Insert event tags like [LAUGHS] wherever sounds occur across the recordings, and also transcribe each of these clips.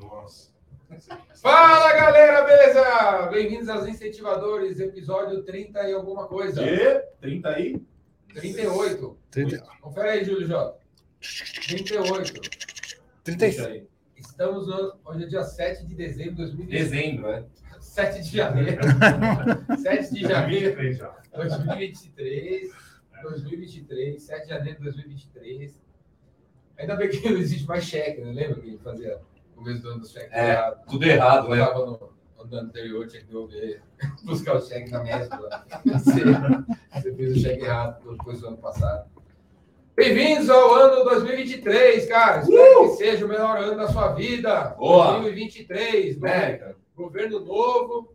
Nossa. Fala galera, beleza? Bem-vindos aos Incentivadores, episódio 30 e alguma coisa. E 30 aí? 38. Trinta- Confere aí, Júlio J. 38. 36. aí. Estamos no... hoje é dia 7 de dezembro de 2020. Dezembro, né? 7 de janeiro. 7 de janeiro 23 já. de 2023. 2023, 7 de janeiro de 2023. Ainda bem que não existe mais cheque, né? Lembra que a gente fazia no começo do ano dos cheques? É. dourados? Tudo errado, Eu né? tava no no ano anterior, tinha que devolver, [LAUGHS] buscar o cheque na mesa. lá. [LAUGHS] Você, você fez o cheque errado depois do ano passado. Bem-vindos ao ano 2023, cara. Espero que seja o melhor ano da sua vida. Uh! Boa. 2023, né? América. Governo novo,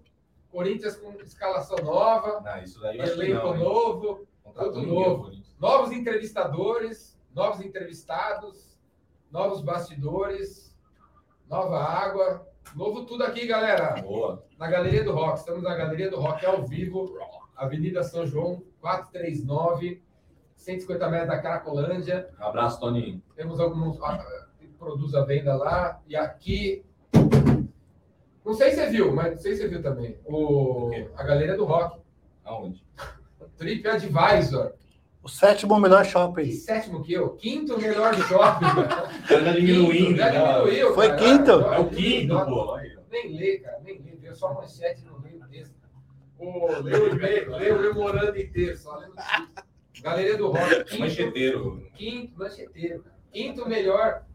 Corinthians com escalação nova, Não, isso daí eu acho que elenco não, hein? novo, Contratou tudo ninguém, novo. Corinthians. novos entrevistadores, novos entrevistados, novos bastidores, nova água, novo tudo aqui, galera Tá, Boa. na Galeria do Rock. Estamos na Galeria do Rock ao vivo, Avenida São João, 439, 150 metros da Cracolândia. Abraço, Toninho. Temos alguns ah, que produz a venda lá. E aqui. Não sei se você viu, mas não sei se você viu também. O, O quê? a Galeria do Rock. Aonde? Trip Advisor. O sétimo melhor shopping. Sétimo que eu. Quinto melhor shopping. cara. O cara tá [LAUGHS] diminuindo, Quinto, já né? diminuiu. Foi cara. quinto? É o quinto, pô. É Aí, ó. Nem lê, cara, nem lê. Vê só a manchete no meio do texto. Ô, lê o e-mail, lê o memorando inteiro, só lê no título. Galeria do Rock, quinto, Mancheteiro. quinto mancheteiro. Quinto melhor,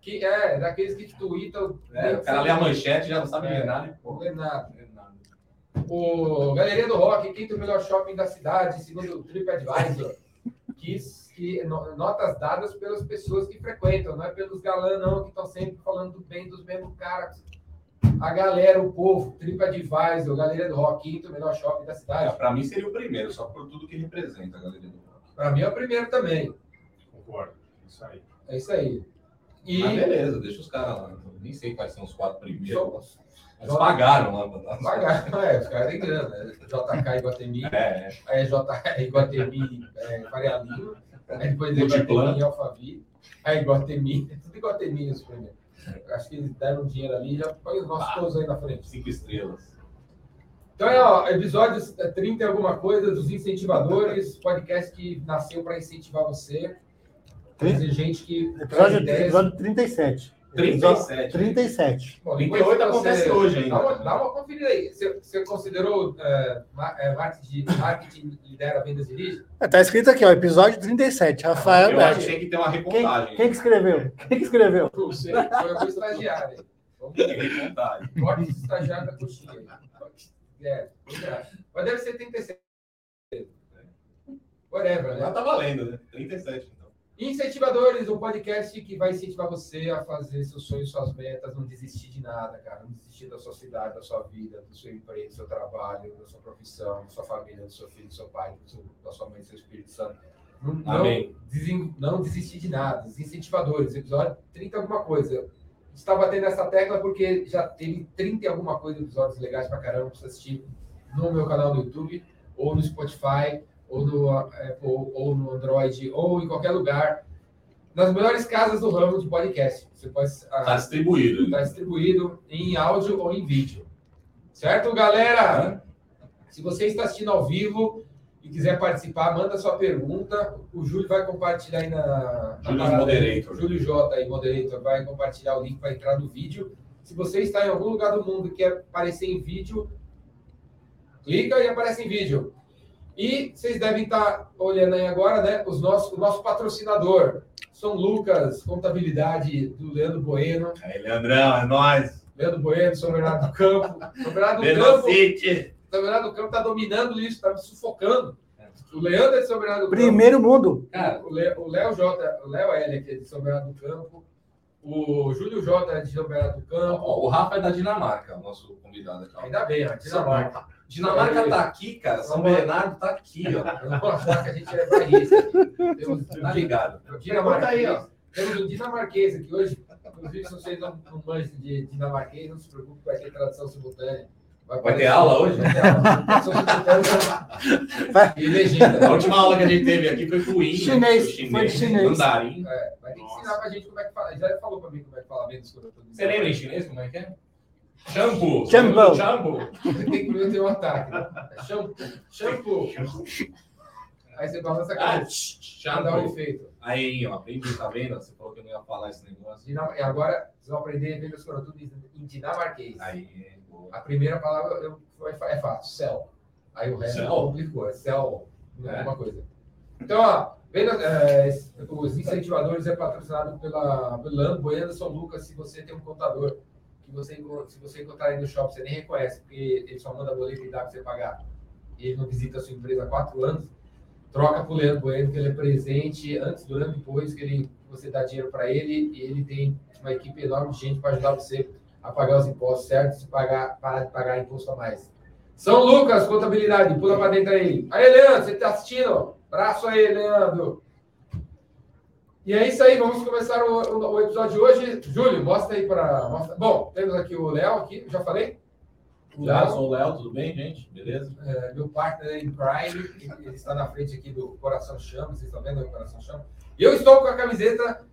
que é daqueles que tweetam. É, o cara lê a manchete, já não sabe É. ler nada. e, Não pô, lê nada. não lê nada. O Galeria do Rock, quinto melhor shopping da cidade, segundo o TripAdvisor. Que, que no- notas dadas pelas pessoas que frequentam, não é pelos galãs, não, que estão sempre falando do bem dos mesmos caras. A galera, o povo, TripAdvisor, Galeria do Rock, quinto melhor shopping da É, cidade. pra mim seria o primeiro, só por tudo que representa a galeria do rock. Para mim é o primeiro também. Concordo. Isso aí. É isso aí. E. Mas beleza, deixa os caras lá. Eu Nem sei quais são os quatro primeiros. Só- Eles pagaram lá. botaram- Pagar, é, os caras têm grana. né? JK e Guatemi. É, é. Aí é JR Iguatemi é, Faria Lima, aí depois é Multiplan. Iguatemi Alphaville, aí Iguatemi, é tudo Iguatemi isso primeiro. Acho que eles deram um dinheiro ali, já põe os nossos todos aí na frente. Cinco estrelas. Então é, ó, episódios 30 e alguma coisa dos incentivadores, podcast que nasceu para incentivar você. Quer dizer, gente que Episódio, tem ideias. episódio 37. 37. 37. Bom, 38 depois você- acontece hoje ainda. Dá uma, dá uma conferida aí. Você, você considerou é, ma- é, marketing, marketing lidera vendas e leads? É, tá escrito aqui, ó. Episódio 37. Rafael Eu acho Bert. que tem que ter uma Quem, recontagem. É quem que escreveu? Quem que escreveu? Não sei, foi algum estagiário. aí. Vamos ver. Recontagem. Corte de estagiário da coxinha. É, mas deve ser 37. Whatever, Mas né? tá valendo, né? 37, então. Incentivadores, um podcast que vai incentivar você a fazer seus sonhos, suas metas, não desistir de nada, cara. Não desistir da sua cidade, da sua vida, do seu emprego, do seu trabalho, da sua profissão, da sua família, do seu filho, do seu pai, do seu- da sua mãe, do seu Espírito Santo. Não, não, Amém. desin- não desistir de nada. Incentivadores, episódio 30 e alguma coisa. Está batendo essa tecla porque já teve 30 e alguma coisa, episódios legais pra caramba pra você assistir no meu canal no YouTube, ou no Spotify, ou no Apple, ou no Android, ou em qualquer lugar. Nas melhores casas do ramo de podcast. Você pode Tá ah, distribuído. tá distribuído em áudio ou em vídeo. Certo, galera? Se você está assistindo ao vivo e quiser participar, manda sua pergunta. O Júlio vai compartilhar aí na. na Júlio parada. Moderator. O Júlio J, aí, moderator, vai compartilhar o link para entrar no vídeo. Se você está em algum lugar do mundo e quer aparecer em vídeo, clica e aparece em vídeo. E vocês devem estar olhando aí agora, né? Os nossos, o nosso patrocinador, São Lucas, contabilidade do Leandro Bueno. Aí, Leandrão, é nóis. Leandro Bueno, São Bernardo do Campo. São Bernardo do Venom Campo. City. São Bernardo do Campo está dominando isso, está me sufocando. O Leandro é de São Bernardo do Campo. Primeiro mundo. Cara, o Le- o Léo J, o Léo L aqui é de São Bernardo do Campo. O Júlio J é de São Bernardo do Campo. Ó, O Rafa é da Dinamarca, o nosso convidado aqui. ó. Ainda bem, a Dinamarca. É Dinamarca tá aqui, cara. São Bernardo tá aqui, ó. Eu não vou achar que a gente é bairrista. Temos Tá ligado? o dinamarquês. Temos o dinamarquês aqui hoje. Inclusive, se vocês não, não manjam de dinamarquês, não se preocupe, vai ter tradução simultânea. Vai ter aparecer. aula hoje? Vai ter aula. Só se [LAUGHS] Vai. E legenda. A última aula que a gente teve aqui foi com o índio, Chinês, o foi de chinês. mandarim. É, vai ter que ensinar pra gente como é que fala. Já falou pra mim como é que fala menos quando eu tô Você lembra em chinês como é que é? Shampoo. Shampoo. Shampoo. Tem que primeiro ter um ataque. né? É shampoo. Shampoo. Aí você balança a Ah, cabeça. tch, tch, Já dá um shampoo. efeito. Aí, ó, aprendi, tá vendo? Você falou que eu não ia falar esse negócio. E na- e agora vocês vão aprender menos quando eu tô em dinamarquês. Aí, boa. A primeira palavra eu, foi- é fácil, céu. Aí o resto Céu? complicou, é céu, não é É. uma coisa. Então, ó, vendo, é, os incentivadores é patrocinado pela pelo Lambo e Anderson Lucas. Se você tem um contador, que você, enco- se você encontrar aí no shopping, você nem reconhece, porque ele só manda boleto e dá para você pagar. E ele não visita a sua empresa há quatro anos. Troca pro Leandro Bueno, que ele é presente antes, durante e depois que ele, você dá dinheiro para ele. E ele tem uma equipe enorme de gente para ajudar você a pagar os impostos certos e pagar, parar de pagar imposto a mais. São Lucas, contabilidade, pula pra dentro aí. Aí, Leandro, você tá assistindo? Braço aí, Leandro. E é isso aí, vamos começar o, o- o episódio de hoje. Júlio, mostra aí para. Bom, temos aqui o Léo aqui, já falei? O Já, Léo, sou o Léo, tudo bem, gente? Beleza? é, meu partner em Prime, ele- ele está na frente aqui do Coração Chama, vocês estão vendo o Coração Chama? E eu estou com a camiseta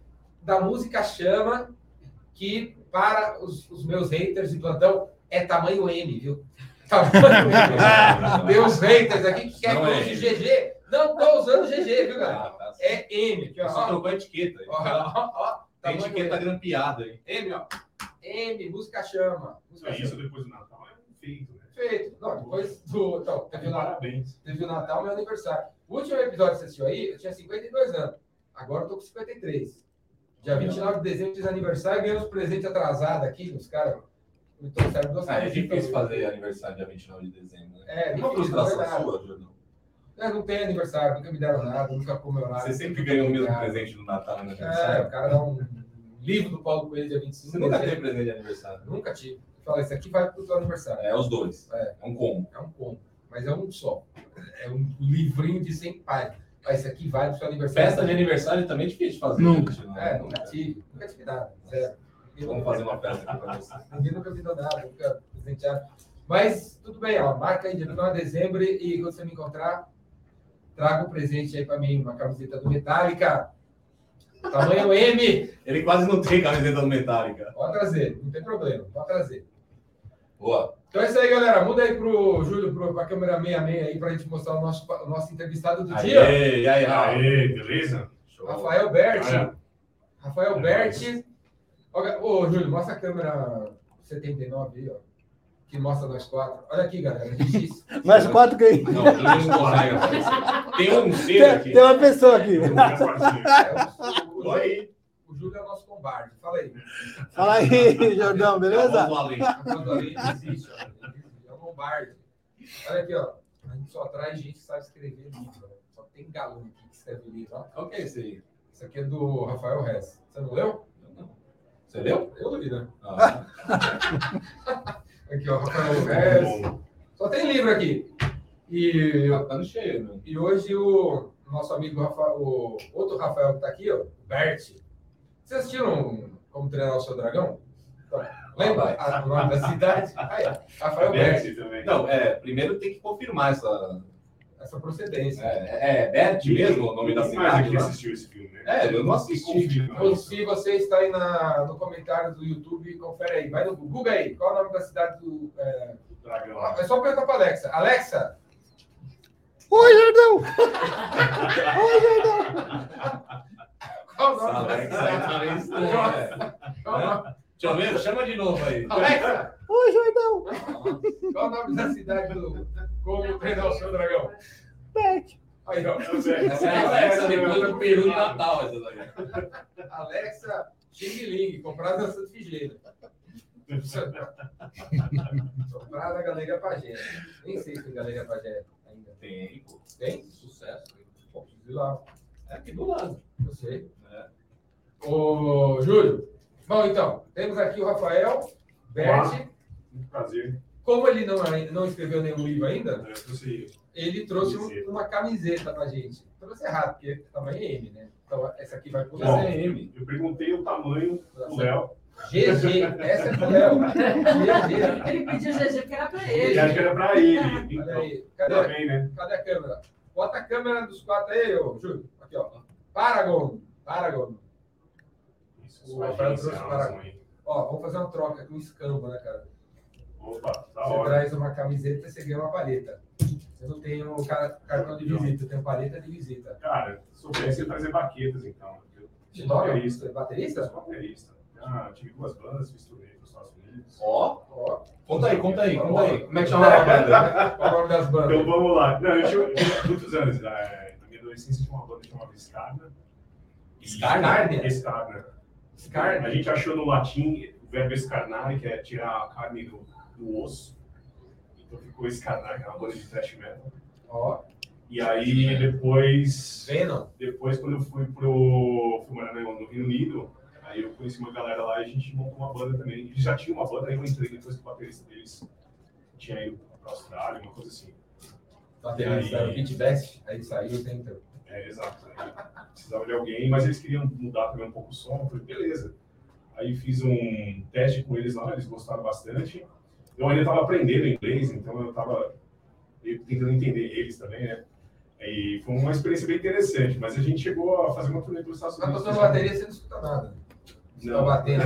da música Chama, que para os, os meus haters de plantão é tamanho M, viu? [LAUGHS] Tamanho M. Tem uns haters aqui que querem Não que eu é use M. GG. Não tô usando GG, viu, galera? Ah, tá. É M, aqui, Eu ó. só Ó, trocou a etiqueta. ó, tá ó, ó, Tem tamanho etiqueta M. grampeada aí. M, ó. M, música Chama. Música É Chama. isso depois do Natal é feito, né? Perfeito. Não, depois do. Então, teve lá. Parabéns. Teve o Natal, meu aniversário. O último episódio que você assistiu aí, eu tinha 52 anos. Agora eu tô com 53. Dia 29 de dezembro, fiz aniversário, ganhei uns presentes atrasados aqui, os caras me trouxeram duas Ah, é camisetas. difícil fazer aniversário dia 29 de dezembro, né? então- É, Uma difícil, é frustração verdade. sua, Jordão. É, não tem aniversário, nunca me deram nada, nunca comemoraram. Você sempre ganhou o mesmo Obrigado. presente no Natal, né? É, aniversário. o cara dá um livro do Paulo Coelho dia 25 Você nunca de teve dezembro. presente de aniversário. Nunca tive. Fala, isso aqui vai pro teu aniversário. É os dois. É. É um combo. É um combo, mas é um só. É um livrinho de 100 páginas. Mas isso aqui vai pro seu aniversário. Festa de aniversário também é difícil de fazer. Nunca. gente, não É, é? nunca tive, nunca tive nada. Zero. Ninguém Vamos nunca- fazer uma festa aqui pra você. Ninguém nunca me deu nada, nunca presenteado. Mas tudo bem, ó, marca aí dia 29 de dezembro e quando você me encontrar, traga um presente aí pra mim, uma camiseta do Metallica. Tamanho M. Ele quase não tem camiseta do Metallica. Pode trazer, não tem problema, pode trazer. Boa. Então é isso aí, galera. Muda aí pro Júlio, pro, pra câmera 66 aí, pra gente mostrar o nosso, o nosso entrevistado do dia. Aê, e aí, Rafa? Aê, beleza? Show. Rafael Berti. Olha. Rafael Ah, É Berti. Olha- Ô, Júlio, mostra a câmera 79 aí, ó. Que mostra nós quatro. Olha aqui, galera. a gente- Mais quatro ganhei. Não, ele não consegue aparecer. Tem um ser Tem, aqui. tem um- uma pessoa aqui. Eu vou ver as partinhas. é o- o- Oi. O Júlio é o nosso covarde. Fala aí. Fala aí, Jordão, Tá beleza? bom, Ale. Quando a lei existe, ó, é um bombarde. Olha aqui, ó. A gente só traz gente que sabe escrever livro. né? Só tem galão aqui que escreve livro. ó. Qual que é esse aí? Isso aqui é do Rafael Hess. Você não leu? Eu não. Você leu? Eu li, né? Ah, Aqui, ó. Rafael É, Hess. Só tem livro aqui. E tá no cheio, meu. E hoje o nosso amigo Rafa, o outro Rafael que tá aqui, ó, o Bert. Vocês assistiram Como Treinar o Seu Dragão? Então, lembra a- o nome da cidade? Aí, ó, Rafael Bert, Aberto também. Não, é, primeiro tem que confirmar essa. essa procedência. É, é Bert mesmo o nome da Ninguém mais cidade? aqui lá? assistiu esse filme, né? É, eu não assisti. Confirma. Ou Se você está aí na, no comentário do YouTube, confere aí. Vai no Google aí. Qual é o nome da cidade do. É, Dragão. Ah, é só perguntar para Alexa. Alexa, Oi, Jordão! qual é Tá, o nome da Alexa, né? cidade? Alexa, Alexa. Qual é o nome- Deixa eu ver, chama de novo aí. Alexa, Oi, Jordão! qual é o nome da cidade do Como Treinar o Seu Dragão? Bete! Aí, ó. Essa é a Alexa depois do peru de Natal, essa daí. Alexa Xing Ling, comprada na Santa Figueira. comprada Galeria Pagé. Nem sei se tem Galeria Pagé ainda. Tem, pô. Tem? Sucesso. hein? Pô, preciso ir lá, É aqui do lado. eu sei. É. Ô, Júlio. Bom, então, temos aqui o Rafael Berti. Muito prazer. Como ele não, ainda- não escreveu nenhum livro ainda, Eu trouxe ele trouxe um- Camiseta. uma camiseta pra gente. Trouxe errado, porque é tamanho M, né? Então, essa aqui vai pro Bom. Brasil. Essa é M. Eu perguntei o tamanho do Léo. GG, essa é fiel. GG. Ele pediu GG porque era pra Ele acha ele. que é era pra ele. Olha Então, aí. Cadê, também, né? cadê a câmera? Bota a câmera dos quatro aí, ô, Júlio. Aqui, ó. Paragon. Paragon. Isso, O sua Fernando agência, trouxe nossa, para- hein? Ó, vamos fazer uma troca aqui, um escambo, né, cara? Opa, tá da Você hora. traz uma camiseta e você ganha uma paleta. Eu não tenho ca- cartão de visita, eu tenho paleta de visita. Cara, soubesse ia trazer baquetas, então. Eu Você sou toca? baterista. Você é baterista? Sou baterista. Já Ah, tive duas bandas, fiz turnê para os Estados Unidos. Ó, Ó, conta aí, conta aí, conta aí. Como é que chama a banda? [LAUGHS] qual é o nome das Então bandas? vamos lá. Não, eu tinha muitos anos. eh, Na minha adolescência tinha uma banda chamada Scarna. E- Scarna? Scarna. A Scarne? gente achou no latim o verbo escarnare, que é tirar a carne do, do osso. Então ficou escarnare, que é uma banda de thrash metal. Ó, E aí depois, Venom. depois quando eu fui pro fui morar no no Reino Unido, aí eu conheci uma galera lá e a gente montou uma banda também. Eles já tinha uma banda, aí eu entrei depois que o baterista deles tinha ido pra Austrália, uma coisa assim. Tá Baterista, era o Pete Best. Aí saiu, tem então. É, exato. Aí precisava de alguém, mas eles queriam mudar também um pouco o som. Eu falei, beleza. Aí fiz um teste com eles lá, eles gostaram bastante. Eu ainda estava aprendendo inglês, então eu estava tentando entender eles também, né? E foi uma experiência bem interessante, mas a gente chegou a fazer uma turnê pelos Estados Mas Unidos. tocando bateria, você não escuta nada. Você tá Não, batendo.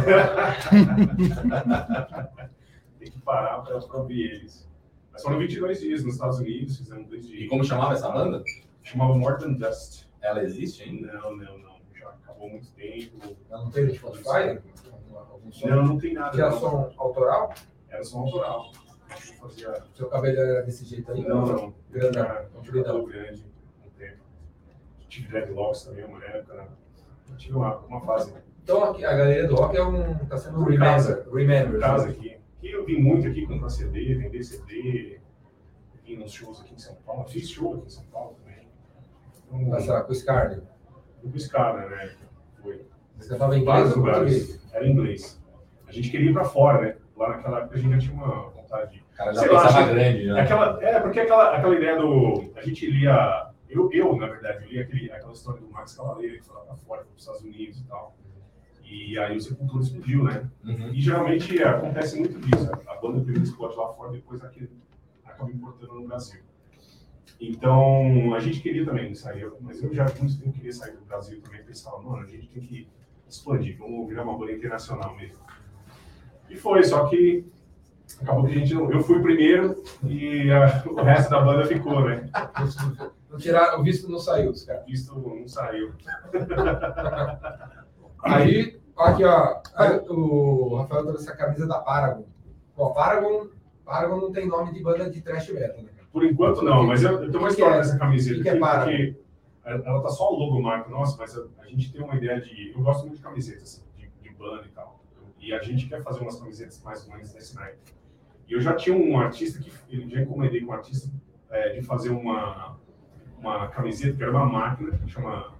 tem que parar para ouvir eles. Mas foram 22 dias nos Estados Unidos, fizemos dois E dias. como chamava essa banda? Chamava More Than Dust. Ela existe ainda? Não, não, não. Já acabou muito tempo. Ela não tem no Spotify? Algum- algum som? Não, não tem nada. Tinha não. som autoral? Era só autoral. Eu fazia. Seu cabelo era desse jeito aí? Não, não. Grandão, Era um compridão. jogador grande, um tempo. Tive dreadlocks também, uma época. né? Tive uma, uma fase Então aqui, a galeria do rock é um. tá sendo um Por causa- remember. Remember. em casa aqui. Que eu vim muito aqui comprar CD, vender CD. Vim nos shows aqui em São Paulo. Fiz show aqui em São Paulo também. Então, Essa, com o Scarne. fui com esse cara, né? Foi. Você tava em vários inglês ou português? lugares. Era em inglês. A gente queria ir pra fora, né? Lá naquela época a gente já tinha uma vontade de O cara já Sei lá, pensava acho que- grande já. Aquela, é, porque aquela, aquela ideia do. A gente lia. Eu, eu na verdade, eu li aquele, aquela história do Max Cavaleiro, que foi lá pra fora, foi pros Estados Unidos e tal. E aí o Sepultura explodiu, né? Uhum. E geralmente acontece muito disso. né? A, a banda primeiro explode lá fora, depois aqui, acaba importando no Brasil. Então, a gente queria também sair, eu- mas eu já há muito tempo queria sair do Brasil também, pensava, mano, a gente tem que expandir, vamos virar uma banda internacional mesmo. E foi, só que acabou que a gente não. Eu fui primeiro e ah, o resto da banda ficou, né? Não tiraram, o visto não saiu dos caras. Visto não saiu. Aí, ó, aqui, ó. aí o Rafael trouxe essa camisa da Paragon. Bom, Paragon, Paragon não tem nome de banda de thrash metal, né, cara? Por enquanto não, mas eu, eu tenho uma história dessa O camiseta que é aqui, para? porque ela tá só o logo marca nossa, mas a, a gente tem uma ideia de. Eu gosto muito de camisetas, de, de banda e tal. E a gente quer fazer umas camisetas mais longas nesse night. E eu já tinha um artista que eu já encomendei com um artista é, de fazer uma, uma camiseta que era uma máquina que chama,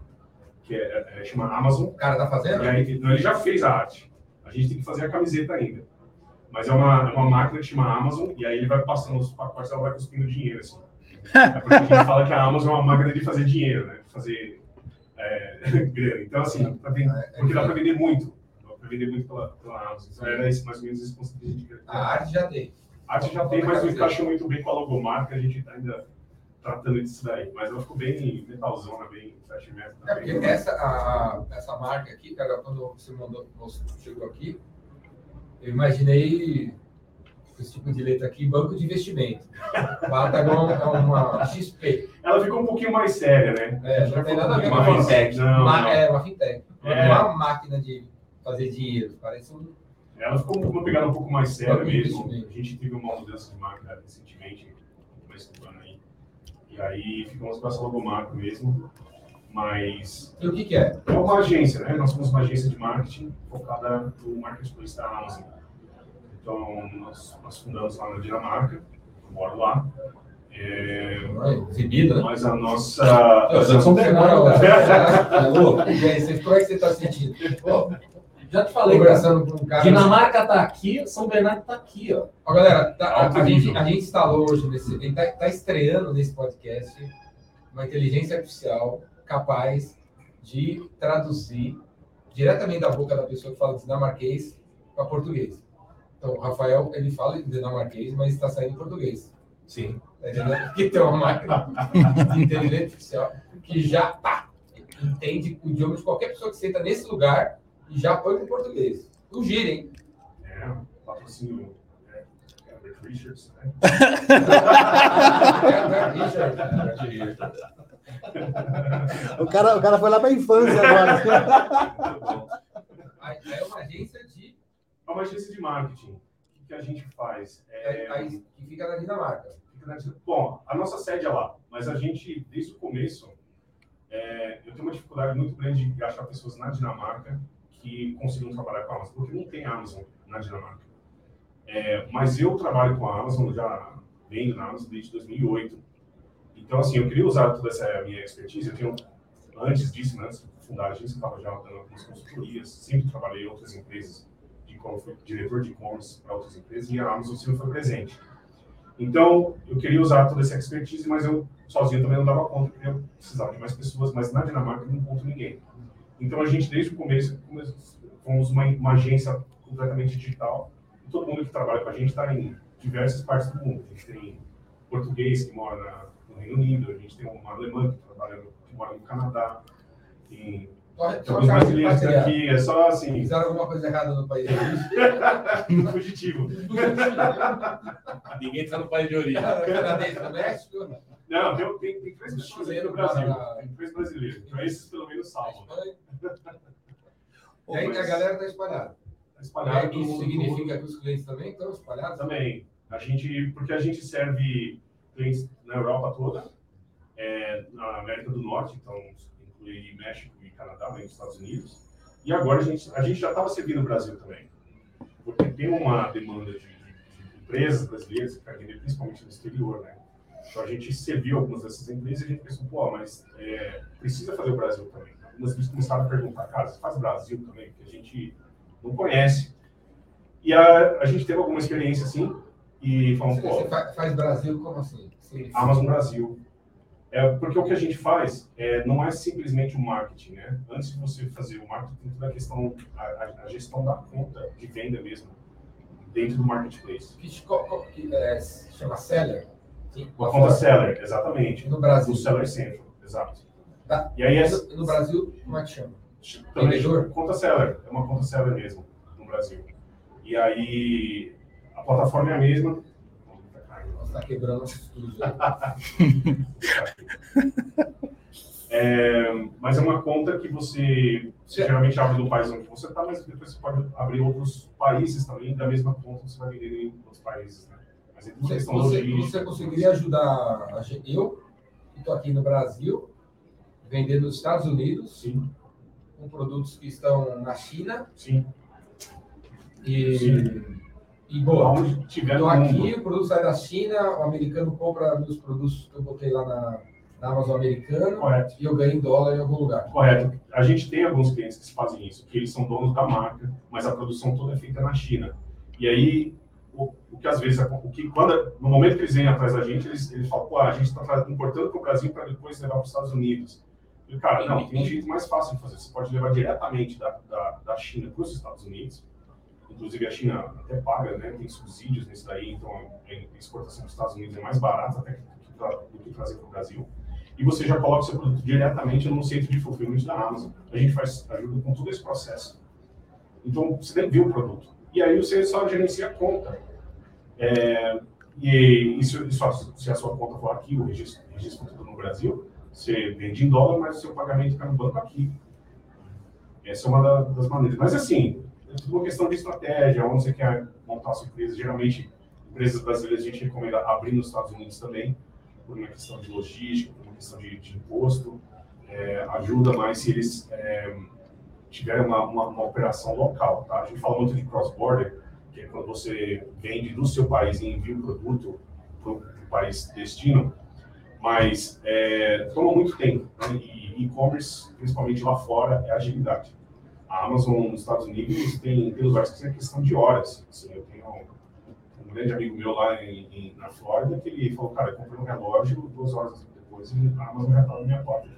que é, é, chama Amazon. O cara tá fazendo? E aí, não, ele já fez a arte. A gente tem que fazer a camiseta ainda. Mas é uma, é uma máquina que chama Amazon, e aí ele vai passando os pacotes, ela vai cuspindo dinheiro, assim. É porque a gente fala que a Amazon é uma máquina de fazer dinheiro, né? De Fazer é, [LAUGHS] grana. Então, assim, tá bem- É, porque dá pra vender muito. Dá pra vender muito pela, pela Amazon. Então, era esse, mais ou menos esse conceito que a gente queria. A arte já tem. A arte já tem, mas não encaixou muito bem com a logomarca, a gente tá ainda tratando disso daí. Mas ela ficou bem metalzona, bem trash metal É porque também. essa, a- a- essa marca aqui, cara, quando você mandou, você chegou aqui, eu imaginei esse tipo de letra aqui, banco de investimento. Patagon é uma XP, Ela ficou um pouquinho mais séria, né? é, não tem nada a ver com Uma a nossa. fintech. Não, Ma- não. É uma fintech. Não é É. uma máquina de fazer dinheiro, parece um Ela ficou uma pegada um pouco mais séria Banco de mesmo. investimento. A gente teve uma mudança de marca recentemente, no começo do ano aí. E aí ficamos com essa logomarca mesmo. Mas E o que, que é? é uma agência, né? Nós somos uma agência de marketing focada no marketplace da Amazon. Então, nós, nós fundamos lá na Dinamarca, eu moro lá. É, Exibida? mas a nossa. É, Eu sou de São [LAUGHS] Bernardo, cara. Tá louco? E aí, você, como é que você está sentindo? Ó, Já te falei, cara. Conversando com um cara. Dinamarca tá aqui, São Bernardo tá aqui, ó. Ó, galera, tá- a, Alto a gente, nível. a gente instalou hoje, nesse, a gente tá, tá estreando nesse podcast uma inteligência artificial capaz de traduzir diretamente da boca da pessoa que fala dinamarquês para português. Então, o Rafael, ele fala em dinamarquês, mas está saindo em português. Sim. Tá entendendo? [LAUGHS] Que tem uma máquina de inteligência artificial que já pá, entende o idioma de qualquer pessoa que senta nesse lugar e já põe em português. Não gira, hein? É, né? patrocínio. é, Herbert Richards, né? O cara, o cara foi lá pra infância [LAUGHS] É. agora. Muito bom. Aí aí é uma agência de. É uma agência de marketing. O que a gente faz? É, aí- aí que fica na Dinamarca. fica na- Bom, a nossa sede é lá, mas a gente, desde o começo, é, eu tenho uma dificuldade muito grande de achar pessoas na Dinamarca que consigam trabalhar com a Amazon, porque não tem Amazon na Dinamarca. É, mas eu trabalho com a Amazon, já vendo na Amazon desde 2008. Então, assim, eu queria usar toda essa minha expertise. Eu tenho, antes disso, né, antes de fundar a agência, eu estava já dando algumas consultorias, sempre trabalhei em outras empresas, de como foi diretor de e-commerce para outras empresas, e a Amazon sempre foi presente. Então, eu queria usar toda essa expertise, mas eu sozinho também não dava conta, porque eu precisava de mais pessoas, mas na Dinamarca eu não encontro ninguém. Então, a gente, desde o começo, come- fomos uma, uma agência completamente digital, e todo mundo que trabalha com a gente está em diversas partes do mundo. A gente tem português que mora na- no Reino Unido, a gente tem uma alemã que, trabalha, no- que mora no Canadá, tem Só, só alguns cara de brasileiros material. daqui, é só assim, [LAUGHS] Fizeram alguma coisa errada no país. fugitivo. Ninguém tá no país de origem. Canadense, do México, da Não, tem, tem, tem três pessoas aqui no Brasil, tem três brasileiros, então esses pelo menos salvam. Espanha. Pô, E aí mas- a galera está espalhada. Tá espalhado É, pelo isso mundo significa que os clientes também estão todo. espalhados? também. A gente, porque a gente serve clientes na Europa toda, é, na América do Norte, então inclui México e Canadá, além dos Estados Unidos. E agora a gente, a gente já estava servindo o Brasil também, porque tem uma demanda de, de- de empresas brasileiras que querem vender principalmente no exterior, né? Então a gente serviu algumas dessas empresas e a gente pensou, pô, mas é, precisa fazer o Brasil também. né? Algumas vezes começaram a perguntar, cara, você faz Brasil também? Porque a gente não conhece. E a, a gente teve alguma experiência assim e falamos, Você, pô, você fa- faz Brasil como assim? Você- um Amazon Brasil. É, porque o que a gente faz é, não é simplesmente o marketing, né? Antes de você fazer o marketing, tem toda a questão, a, a- a gestão da conta de venda mesmo, dentro do marketplace. Que, se co- co- que, é, se chama seller? Sim. Uma conta seller, exatamente. No Brasil. O seller central, exato. Tá. E aí, essa, No, no Brasil, como é que chama? também Vendedor? conta seller, é uma conta seller mesmo, no Brasil. E aí, a plataforma é a mesma. [LAUGHS] Você está tá quebrando nossos estudos. né? É, mas é uma conta que você, você geralmente abre no país onde você está, mas depois você pode abrir outros países também, da mesma conta que você vai vender em outros países. Né? Mas é tudo Você, questão você, logística, você tudo conseguiria ajudar a gente- eu, que estou aqui no Brasil, vendendo nos Estados Unidos, Sim, com produtos que estão na China sim. e, Sim. e boa. Onde tiver Estou no mundo. Então aqui, o produto sai da China, o americano compra meus produtos que eu botei lá na, na Amazon americano Correto. e eu ganho em dólar em algum lugar. Correto. A gente tem alguns clientes que fazem isso, que eles são donos da marca, mas a produção toda é feita na China. E aí, o, o que às vezes, o que quando, no momento que eles vêm atrás da gente, eles, eles falam, pô, a gente está importando para o Brasil para depois levar para os Estados Unidos. E, cara, não, tem um jeito mais fácil de fazer. Você pode levar diretamente da, da, da China para os Estados Unidos. Inclusive, a China até paga, né? Tem subsídios nisso daí, então a exportação para os Estados Unidos é mais barata até que- do que trazer para o Brasil e você já coloca o seu produto diretamente no centro de fulfillment da Amazon. A gente faz ajuda com todo esse processo. Então, você tem que ver o produto. E aí você só gerencia a conta. É, e isso, isso- se a sua conta for aqui, o registro, o registro tudo no Brasil, você vende em dólar, mas o seu pagamento fica no banco aqui. Essa é uma da- das maneiras. Mas assim, é tudo uma questão de estratégia, onde você quer montar a sua empresa. Geralmente, empresas brasileiras a gente recomenda abrir nos Estados Unidos também, por uma questão de logística, por uma questão de, de imposto. É, ajuda mais se eles é, tiverem uma, uma, uma operação local. Tá? A gente fala muito de cross-border, que é quando você vende do seu país e envia o produto para o país destino, mas é, toma muito tempo. Né? E e-commerce, principalmente lá fora, é agilidade. A Amazon nos Estados Unidos tem, tem lugares que é questão de horas. Assim, eu tenho um grande amigo meu lá em, em- na Flórida que ele falou, cara, eu comprei um relógio duas horas depois e a Amazon já estava na minha porta.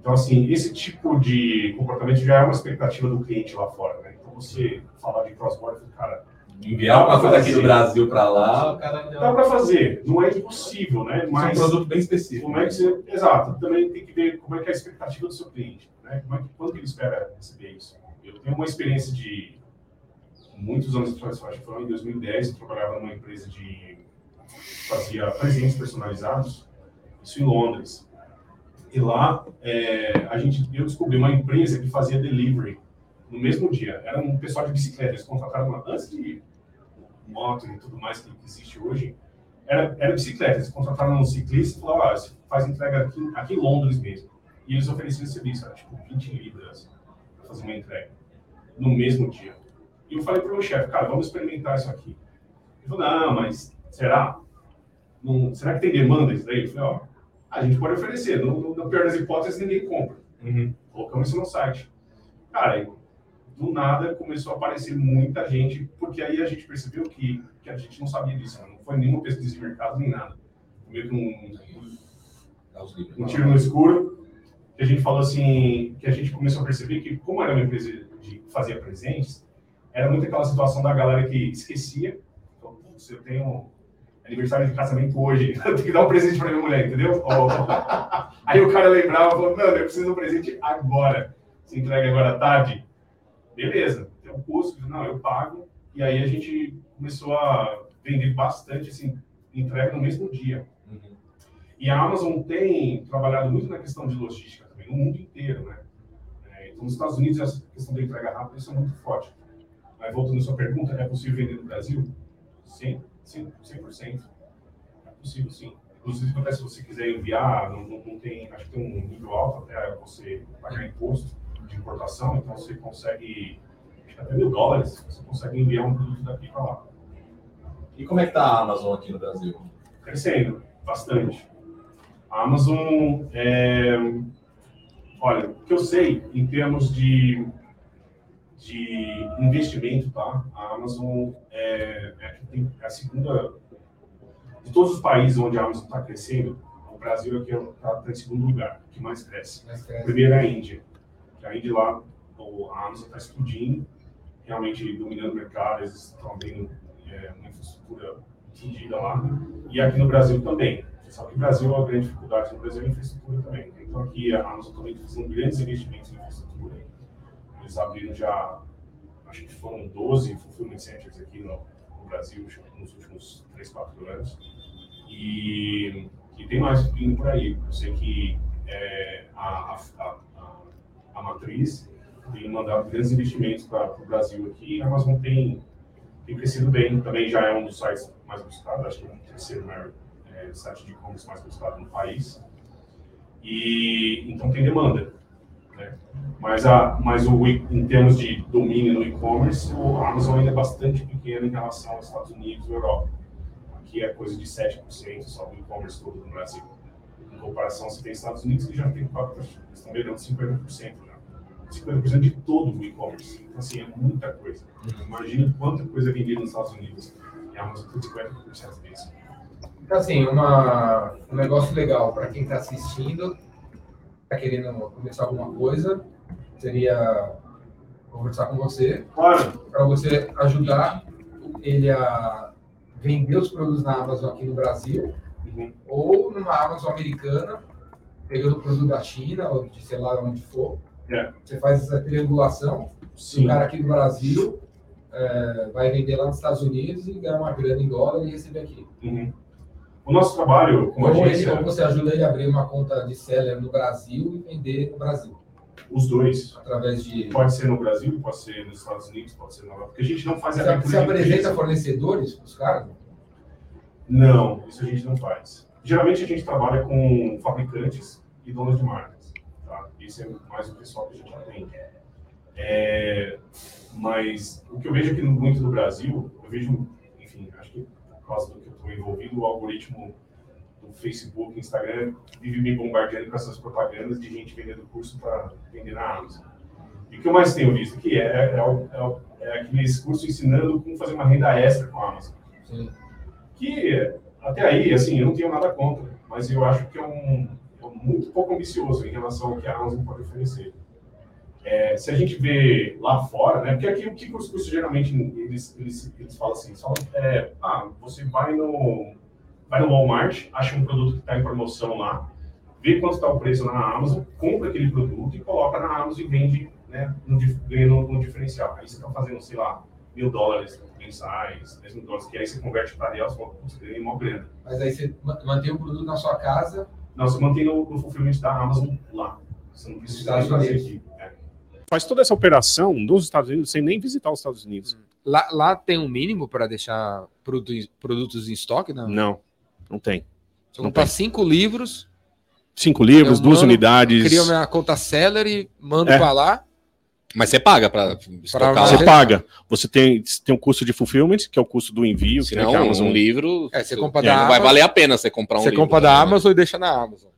Então, assim, esse tipo de comportamento já é uma expectativa do cliente lá fora, né? Então, você falar de cross-border, cara, Enviar uma coisa aqui do Brasil para lá, o cara dá para fazer, não é impossível, né? Isso Mas é um produto bem específico. como é que você. Exato, também tem que ver como é que é a expectativa do seu cliente, né? Como é que, quando que ele espera receber isso? Eu tenho uma experiência de muitos anos atrás, eu acho que foi lá em 2010, eu trabalhava numa empresa de. fazia presentes personalizados, isso em Londres. E lá, é, a gente, eu descobri uma empresa que fazia delivery no mesmo dia. Era um pessoal de bicicleta, eles contrataram uma, antes de moto e tudo mais que existe hoje, era, era bicicleta. Eles contrataram um ciclista e falaram, ah, você faz entrega aqui, aqui em Londres mesmo. E eles ofereciam esse serviço, era tipo 20 libras para fazer uma entrega no mesmo dia. E eu falei para o meu chefe, cara, vamos experimentar isso aqui. Ele falou, não, mas será? Não, será que tem demanda isso daí? Eu falei, ó, a gente pode oferecer. No, no, na pior das hipóteses, ninguém compra. Colocamos isso no site. Cara, e do nada começou a aparecer muita gente, porque aí a gente percebeu que, que a gente não sabia disso. né? Não foi nenhuma pesquisa de mercado, nem nada. Meio que um, Dá os livros. um tiro no escuro, que a gente falou assim, que a gente começou a perceber que, como era uma empresa de fazer presentes, era muito aquela situação da galera que esquecia, então, putz, eu tenho aniversário de casamento hoje, [LAUGHS] eu tenho que dar um presente para minha mulher, entendeu? Ó, [LAUGHS] Aí o cara lembrava e falou, mano, eu preciso de um presente agora, se entrega agora à tarde, beleza, tem um custo, não, eu pago, e aí a gente começou a vender bastante, assim, entrega no mesmo dia. Uhum. E a Amazon tem trabalhado muito na questão de logística também, no mundo inteiro, né? É, Então, nos Estados Unidos, essa questão da entrega rápida isso é muito forte. Mas voltando à sua pergunta, é possível vender no Brasil? Sim, sim 100%. É possível, sim. Inclusive, até se você quiser enviar, não, não- não tem, acho que tem um nível alto até você pagar imposto de importação, então você consegue, acho que até mil dólares, você consegue enviar um produto daqui para lá. E como é que tá a Amazon aqui no Brasil? crescendo bastante. A Amazon, é, olha, o que eu sei em termos de, de investimento, tá? A Amazon é, é a que tem- é a segunda de todos os países onde a Amazon está crescendo. O Brasil é que está em segundo lugar, que mais cresce. Mas A cresce. primeira é a Índia. que A Índia lá, o- a Amazon está explodindo, realmente dominando o mercado, eles estão abrindo é, uma infraestrutura fodida lá. E aqui no Brasil também. Você sabe que o Brasil, a grande dificuldade no Brasil é a infraestrutura também. Então aqui a Amazon também está fazendo grandes investimentos em infraestrutura. Eles abriram já, acho que foram 12 fulfillment centers aqui no, no Brasil nos últimos 3, 4 anos. E, e tem mais vindo por aí. Eu sei que é, a, a, a, a- a matriz tem mandado grandes investimentos para o Brasil aqui. A Amazon tem, tem crescido bem, também já é um dos sites mais buscados, acho que é o terceiro maior é, site de e-commerce mais buscado no país. E então tem demanda. Né? Mas, a, mas o, e- em termos de domínio no e-commerce, o Amazon ainda é bastante pequeno em relação aos Estados Unidos e Europa. Aqui é coisa de 7% só do e-commerce todo no Brasil. Em comparação, você tem Estados Unidos que já tem 4%, eles estão beirando 50% já. 50% de todo o e-commerce. Então, assim, é muita coisa. Imagina quanta coisa é vendida nos Estados Unidos. É E a Amazon tem 50% disso. Então, assim, uma, um negócio legal para quem está assistindo, está querendo começar alguma coisa, seria conversar com você, Claro, para você ajudar ele a vender os produtos na Amazon aqui no Brasil, uhum, ou numa Amazon americana, pegando o produto da China, ou de sei lá onde for. É. Você faz essa triangulação, o sim. cara aqui no Brasil eh, vai vender lá nos Estados Unidos e ganhar uma grana em dólar e receber aqui. Uhum. O nosso trabalho com Ou, a ele, ou agência, você ajuda ele a abrir uma conta de seller no Brasil e vender no Brasil, os dois, através de. pode ser no Brasil, pode ser nos Estados Unidos, pode ser na Europa, porque a gente não faz Você, a abertura você de empresa. apresenta fornecedores para os caras? Não, isso a gente não faz. Geralmente a gente trabalha com fabricantes e donos de marcas. Tá? Isso é mais o pessoal que a gente atende. É, mas o que eu vejo aqui no- muito do Brasil, eu vejo, enfim, acho que por causa do que eu estou envolvido, o algoritmo do Facebook, Instagram, vive me bombardeando com essas propagandas de gente vendendo curso para vender na Amazon. E o que eu mais tenho visto aqui é, é, o- é, o- é aqueles cursos ensinando como fazer uma renda extra com a Amazon Sim. que até aí, assim, eu não tenho nada contra, mas eu acho que é um é um muito pouco ambicioso em relação ao que a Amazon pode oferecer. É, se a gente vê lá fora, né? Porque aqui o que os cursos geralmente eles, eles, eles falam assim, só, é, ah, você vai no, vai no Walmart, acha um produto que está em promoção lá, vê quanto está o preço na Amazon, compra aquele produto e coloca na Amazon e vende, né? Um, dif- ganhando um diferencial. Aí você está fazendo, sei lá, mil dólares mensais, dez mil dólares, que aí você converte para real, você fala, putz, ganhei é uma grana. Mas aí você ma- mantém o produto na sua casa. Não, você mantém o, o fulfillment da Amazon lá. Você não precisa Estados fazer Unidos. aqui. né? Faz toda essa operação nos Estados Unidos sem nem visitar os Estados Unidos. Lá, lá tem um mínimo para deixar produto em- produtos em estoque? Não. Não, não tem. Se eu não comprar cinco livros, Cinco livros, Eu duas mando, unidades. crio minha conta Celery, mando É. para lá. Mas você paga para estocar uma lá. Você paga. Você tem, tem um custo de fulfillment, que é o custo do envio, que, né, Senão, que a um Amazon- livro. É, você compra É, da Não vai Amazon, valer a pena você comprar um você livro. compra da né? Amazon e deixa na Amazon.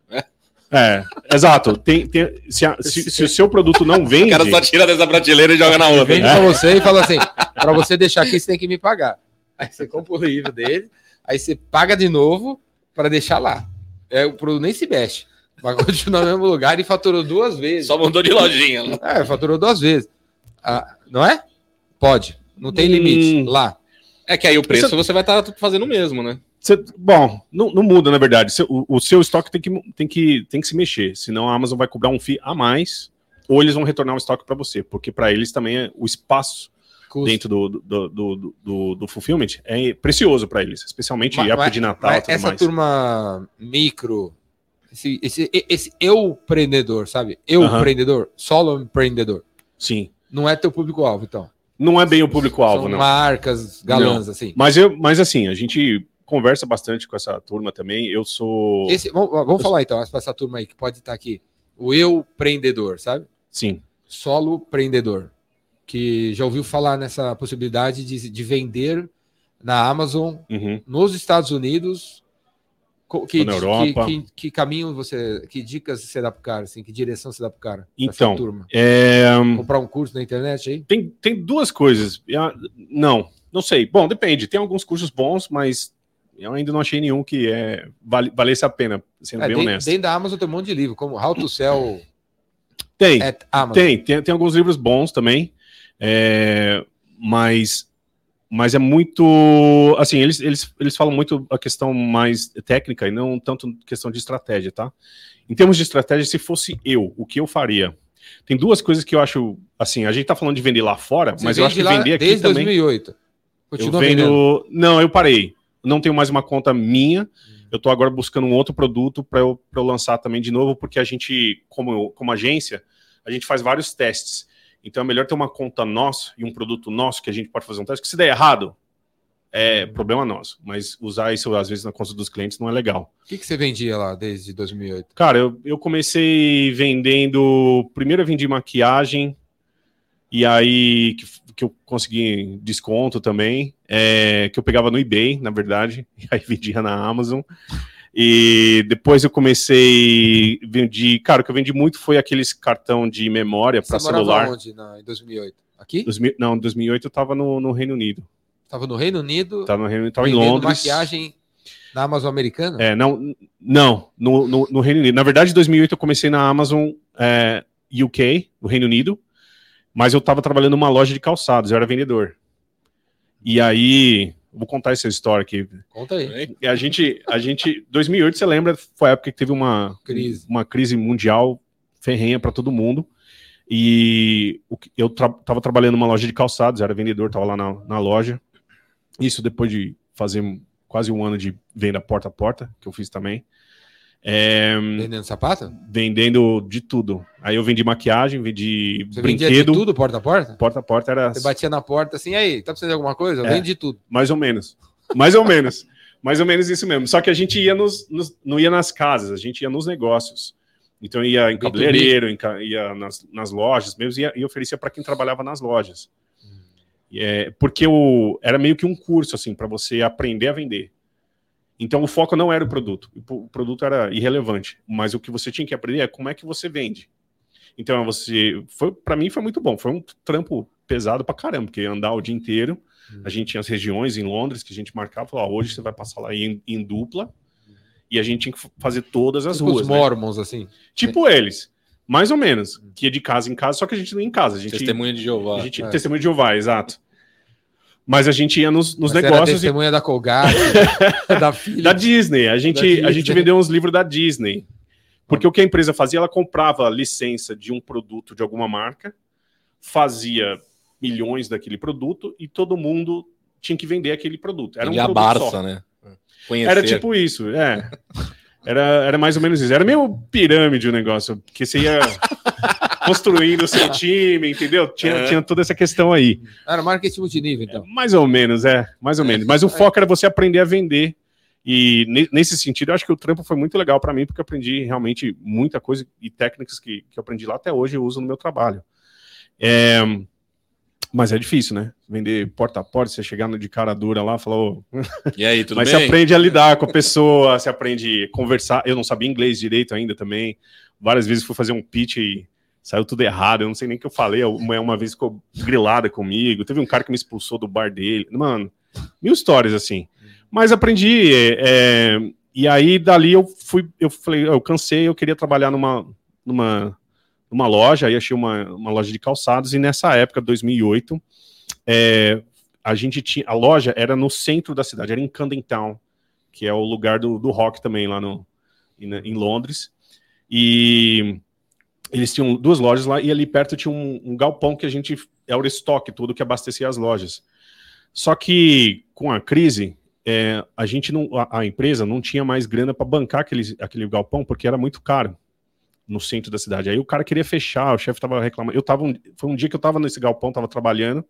É, exato. Tem, tem- se, a- se- se o seu produto [LAUGHS] não O vende, cara só tira dessa prateleira e joga na outra. Vende pra você e fala assim: para você deixar aqui, você tem que me pagar. Aí você compra o livro dele, aí você paga de novo para deixar lá. É, o produto nem se mexe. Vai continuar no mesmo lugar e faturou duas vezes. Só mudou de lojinha. né? É, faturou duas vezes. Ah, não é? Pode. Não tem limite. Hum. Lá. É que aí o preço você vai estar fazendo o mesmo, né? você- bom, não, não muda, na verdade. Seu- O, o seu estoque tem que, tem, que, tem que se mexer, senão a Amazon vai cobrar um FII a mais, ou eles vão retornar o estoque para você, porque para eles também é- o espaço Custo. dentro do, do, do, do- do- do fulfillment é precioso para eles, especialmente Mas- época mas- de Natal e Mas tudo essa mais. turma micro, esse, esse, e- esse eu empreendedor, sabe? Eu Aham. empreendedor, solo empreendedor. Sim. Não é teu público-alvo, então. Não é bem o público-alvo, São não. marcas galãs, assim. Mas, eu, mas assim, a gente conversa bastante com essa turma também. Eu sou. Esse- vamos, vamos falar então, para essa turma aí que pode estar aqui. O eu empreendedor, sabe? Sim. Solo empreendedor. Que já ouviu falar nessa possibilidade de, de vender na Amazon Uhum. nos Estados Unidos. co- Que, Ou na Europa. Que, que- que caminho você. Que dicas você dá pro cara? Assim, que direção você dá pro cara? pra Então, essa turma? É, Comprar um curso na internet aí? tem, tem duas coisas. E a- Não, não sei. Bom, depende. Tem alguns cursos bons, mas eu ainda não achei nenhum que é, vale, valesse a pena, sendo É, bem dentro, honesto. dentro da Amazon tem um monte de livro, como How to Sell Tem, at Amazon. tem, tem, tem alguns livros bons também, é, mas, mas é muito. Assim, eles, eles, eles falam muito a questão mais técnica e não tanto questão de estratégia, tá? Em termos de estratégia, se fosse eu, o que eu faria? Tem duas coisas que eu acho. Assim, a gente tá falando de vender lá fora, Você mas eu acho vende que lá vender aqui desde também. 2008. Eu Continua vendendo. vendo. Não, eu parei. Não tenho mais uma conta minha. Eu tô agora buscando um outro produto para eu, pra eu lançar também de novo, porque a gente, como, eu- como agência, a gente faz vários testes. Então é melhor ter uma conta nossa e um produto nosso que a gente pode fazer um teste. Que se der errado, é Uhum. problema nosso. Mas usar isso às vezes na conta dos clientes não é legal. O que, que você vendia lá desde 2008? Cara, eu, eu comecei vendendo. Primeiro eu vendi maquiagem, e aí que, f- que eu consegui desconto também, é, que eu pegava no eBay, na verdade, [LAUGHS] e aí vendia na Amazon. E depois eu comecei vendi, cara, o que eu vendi muito foi aqueles cartão de memória para Você morava celular. onde na, em 2008? Aqui? 2000, não, em 2008 eu tava no, no Reino Unido. Tava no Reino Unido, Tava no Reino Unido, tava em vendendo Londres. maquiagem na Amazon americana? É, não, não no, no, no Reino Unido. Na verdade, em 2008 eu comecei na Amazon é, UK, no Reino Unido, mas eu estava trabalhando numa loja de calçados, eu era vendedor. E aí, vou contar essa história aqui. Conta aí. [LAUGHS] E A gente, a gente, 2008, você lembra, foi a época que teve uma Crise. uma crise mundial ferrenha para todo mundo. E o que- eu tra tava trabalhando numa loja de calçados, era vendedor, tava lá na, na loja. Isso depois de fazer quase um ano de venda porta a porta, que eu fiz também. É, Vendendo sapato? vendendo de tudo. Aí eu vendi maquiagem, vendi Você vendia de brinquedo. tudo porta a porta? Porta a porta era Você batia na porta assim, aí, tá precisando de alguma coisa? Eu É. vendo de tudo. mais ou menos. Mais ou menos. Mais ou menos isso mesmo. Só que a gente ia nos, nos- não ia nas casas, a gente ia nos negócios. Então ia em B2B. cabeleireiro, em ca- ia nas, nas lojas mesmo, ia- e oferecia para quem trabalhava nas lojas. E É, porque o, era meio que um curso, assim, para você aprender a vender. Então o foco não era o produto, o po- o produto era irrelevante, mas o que você tinha que aprender é como é que você vende. Então você, foi para mim foi muito bom, foi um trampo pesado pra caramba, porque andar o dia inteiro Uhum. a gente tinha as regiões em Londres que a gente marcava, falava, "Ó, hoje você vai passar lá em, em dupla, e a gente tinha que f- fazer todas as Tipo ruas. os né? mormons, assim. Tipo eles. Mais ou menos. Uhum. Que ia de casa em casa, só que a gente não ia em casa. A gente, Testemunha de a Jeová. gente é. testemunha de Jeová, exato. Mas a gente ia nos, nos Mas era negócios e- testemunha da [LAUGHS] Colgate, da filha. da Disney. A gente, A Disney. gente vendeu uns livros da Disney. Porque o que a empresa fazia, ela comprava a licença de um produto de alguma marca, fazia milhões daquele produto e todo mundo tinha que vender aquele produto. Era um E a produto Barça, só. né? Conhecer. Era tipo isso, é. [LAUGHS] Era, era mais ou menos isso. Era meio pirâmide o negócio, porque você [LAUGHS] ia construindo o seu time, entendeu? Tinha, É. tinha toda essa questão aí. Era marketing multinível, então. Mais ou menos, é. Mais ou menos. Mas o foco era você aprender a vender. E ne- nesse sentido, eu acho que o trampo foi muito legal para mim, porque eu aprendi realmente muita coisa e técnicas que, que eu aprendi lá até hoje eu uso no meu trabalho. É, mas é difícil, né? Vender porta a porta, você chegar no de cara dura lá e falar, "Ô, E aí, tudo [LAUGHS] mas bem? você aprende a lidar com a pessoa, você aprende a conversar. Eu não sabia inglês direito ainda também. Várias vezes fui fazer um pitch e saiu tudo errado. Eu não sei nem o que eu falei. Uma, uma vez ficou grilada comigo. Teve um cara que me expulsou do bar dele. Mano, mil histórias assim. Mas aprendi. é, é, e aí, dali, eu fui, eu falei, eu cansei, eu queria trabalhar numa, numa, numa loja, aí achei uma, uma loja de calçados, e nessa época, 2008, é, a gente tinha, a loja era no centro da cidade, era em Camden Town, que é o lugar do, do rock também, lá no, em, em Londres, e eles tinham duas lojas lá, e ali perto tinha um, um galpão que a gente, era o estoque todo que abastecia as lojas. Só que, com a crise, é, a gente não, a, a empresa não tinha mais grana para bancar aquele, aquele galpão, porque era muito caro no centro da cidade. Aí o cara queria fechar, o chefe tava reclamando. Eu tava um- foi um dia que eu tava nesse galpão, tava trabalhando,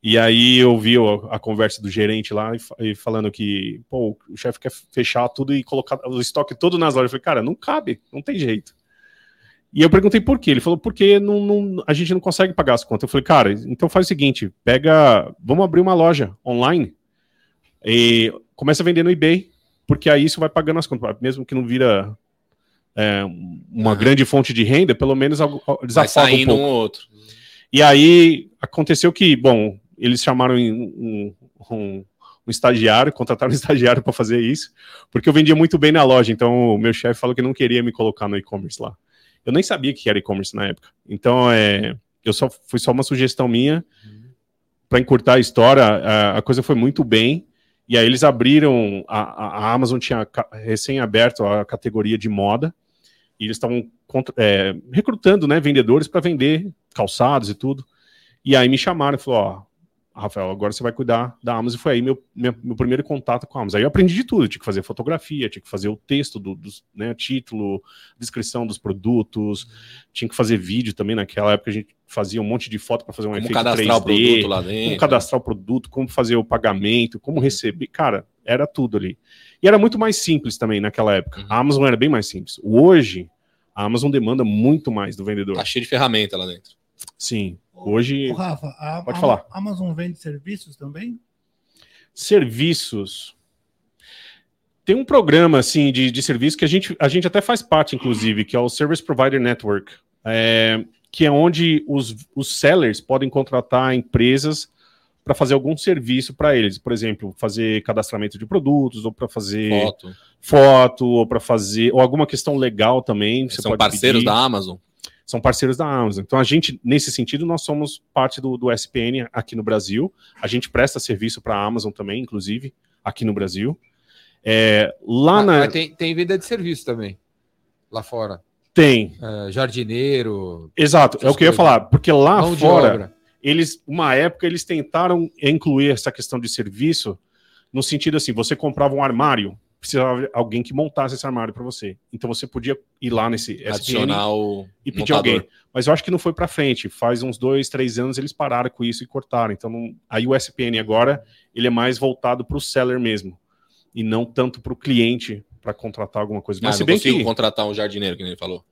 e aí eu vi o- a, conversa do gerente lá e, fa- e falando que, pô, o chefe quer fechar tudo e colocar o estoque todo nas lojas. Eu falei, cara, não cabe, não tem jeito. E eu perguntei por quê. Ele falou, porque não, não- a gente não consegue pagar as contas. Eu falei, cara, então faz o seguinte: pega. Vamos abrir uma loja online e começa a vender no eBay, porque aí isso vai pagando as contas. Mesmo que não vira é, uma Aham. grande fonte de renda, pelo menos algo- Vai desafoga um saindo um pouco. ou outro. E aí aconteceu que, bom, eles chamaram um, um- um- um estagiário, contrataram um [LAUGHS] estagiário para fazer isso, porque eu vendia muito bem na loja, então o meu chefe falou que não queria me colocar no e-commerce lá. Eu nem sabia que era e-commerce na época. Então, é, eu só foi só uma sugestão minha para encurtar a história. A, a coisa foi muito bem. E aí eles abriram a, a- a Amazon tinha ca- recém aberto a categoria de moda e eles estavam contra- é, recrutando, né, vendedores para vender calçados e tudo. E aí me chamaram e falou, ó, Rafael, agora você vai cuidar da Amazon. E foi aí meu, minha- meu primeiro contato com a Amazon. Aí eu aprendi de tudo, eu tinha que fazer fotografia, tinha que fazer o texto do dos, né, título, descrição dos produtos, tinha que fazer vídeo também. Naquela época a gente fazia um monte de um foto para fazer um Como efeito 3D, cadastrar o produto lá como dentro. cadastrar o produto, como fazer o pagamento, como receber. Cara, era tudo ali. E era muito mais simples também naquela época. Uhum. A Amazon era bem mais simples. Hoje, a Amazon demanda muito mais do vendedor. Tá cheio de ferramenta lá dentro. Sim. Hoje, Ô, Rafa, a, Pode a- falar. Amazon vende serviços também? serviços. Tem um programa assim de, de serviço que a gente, a gente até faz parte, inclusive, que é o Service Provider Network, é, que é onde os, os sellers podem contratar empresas para fazer algum serviço para eles. Por exemplo, fazer cadastramento de produtos, ou para fazer foto, Foto. ou para fazer. ou alguma questão legal também. que você São pode parceiros pedir da Amazon. são parceiros da Amazon. Então, a gente, nesse sentido, nós somos parte do, do SPN aqui no Brasil. A gente presta serviço para a Amazon também, inclusive, aqui no Brasil. É, lá Mas- na. mas tem, tem venda de serviço também. Lá fora. Tem, Ah, jardineiro, exato, é o que eu ia falar, porque lá mão de fora, obra. eles, uma época, eles tentaram incluir essa questão de serviço no sentido assim: você comprava um armário, precisava de alguém que montasse esse armário para você. Então você podia ir lá nesse SPN Adicionar o e pedir montador. alguém. Mas eu acho que não foi para frente. Faz uns dois, três anos eles pararam com isso e cortaram. Então, não- aí o SPN agora ele é mais voltado para o seller mesmo e não tanto para o cliente para contratar alguma coisa. Ah, Mas se não bem consigo que contratar um jardineiro, que nem ele falou.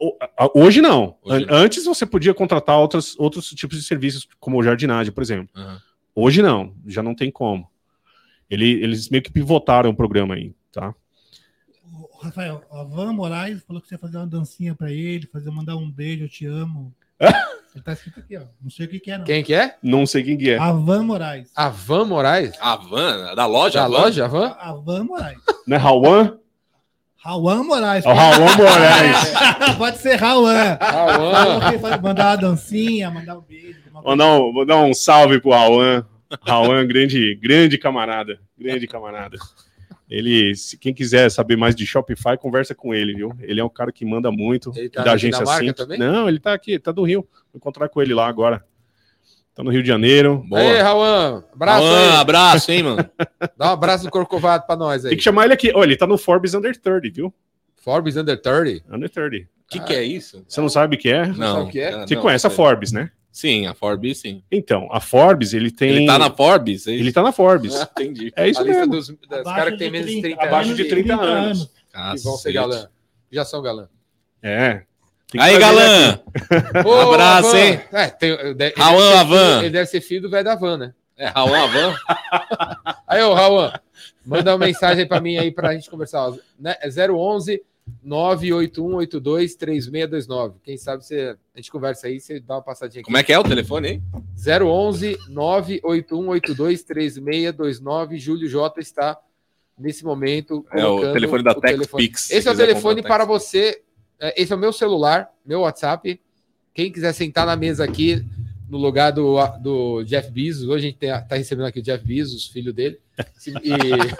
o- a- hoje não. Hoje An- não. Antes você podia contratar outros, outros tipos de serviços, como jardinagem, por exemplo. Aham. Hoje não, já não tem como. Ele- eles meio que pivotaram o programa aí, tá? O Rafael, a Van Moraes falou que você ia fazer uma dancinha pra ele, fazer mandar um beijo, eu te amo. ele tá escrito aqui, ó. Não sei o que, que é, não. Quem que é? Não sei quem que é. A Van Moraes. A Van Moraes? Ah, A van, da loja? Da a van? loja, a Van? A Van Moraes. Não é Rawan? Rauan Moraes. É o Raul Moraes. [LAUGHS] Ah. Pode ser [LAUGHS] Rauan. Rauan. Falou que faz- Mandar uma dancinha, mandar um beijo. alguma coisa. Mandar um, mandar um salve pro Rauan. Rauan, grande, grande camarada. Grande camarada. Ele, se quem quiser saber mais de Shopify, conversa com ele, viu? Ele é um cara que manda muito Ele tá da na agência Dinamarca assim. também? Não, ele tá aqui, tá do Rio. Vou encontrar com ele lá agora. Tá no Rio de Janeiro. Boa. Aí, Rauan. É, Abraço Juan, abraço, hein, mano? [LAUGHS] aí. Dá um abraço do Corcovado pra nós aí. Tem que chamar ele aqui. Olha, ele tá no Forbes Under 30, viu? Forbes Under 30. Under 30. O que, que é isso? Você não sabe o que é? Não sabe o que é? cara, Você Ah, não, conhece a sei. Forbes, né? Sim, a Forbes, sim. Então, a Forbes, ele tem. Ele tá na Forbes? é isso? Ele tá na Forbes. Ah, [LAUGHS] entendi. É isso a lista mesmo. dos das Abaixo caras que tem de menos de 30, 30 abaixo de que- 30 anos. Que vão né? ser Cacete. galã. Já são galã. É. Tem que Aí, trazer ele galã! Ô, Abraço, Avan. hein? É, tem, ele deve- ele Rauan, deve ser Avan. filho- Ele deve ser filho do velho da van, né? É, Raul Avan? [LAUGHS] Aí, ô, Rauan, manda uma mensagem pra mim aí pra gente conversar. ó, Né? É 011 98182 3629. Quem sabe você, a gente conversa aí, você dá uma passadinha aqui. Como é que é o telefone, hein? 011 98182 3629. Júlio J está nesse momento. É o colocando telefone da o telefone. TechPix. se Esse é o quiser telefone para comprar Tech você. é, Esse é o meu celular, meu WhatsApp. Quem quiser sentar na mesa aqui, no lugar do, do Jeff Bezos, hoje a gente está recebendo aqui o Jeff Bezos, filho dele. Se- [LAUGHS] e-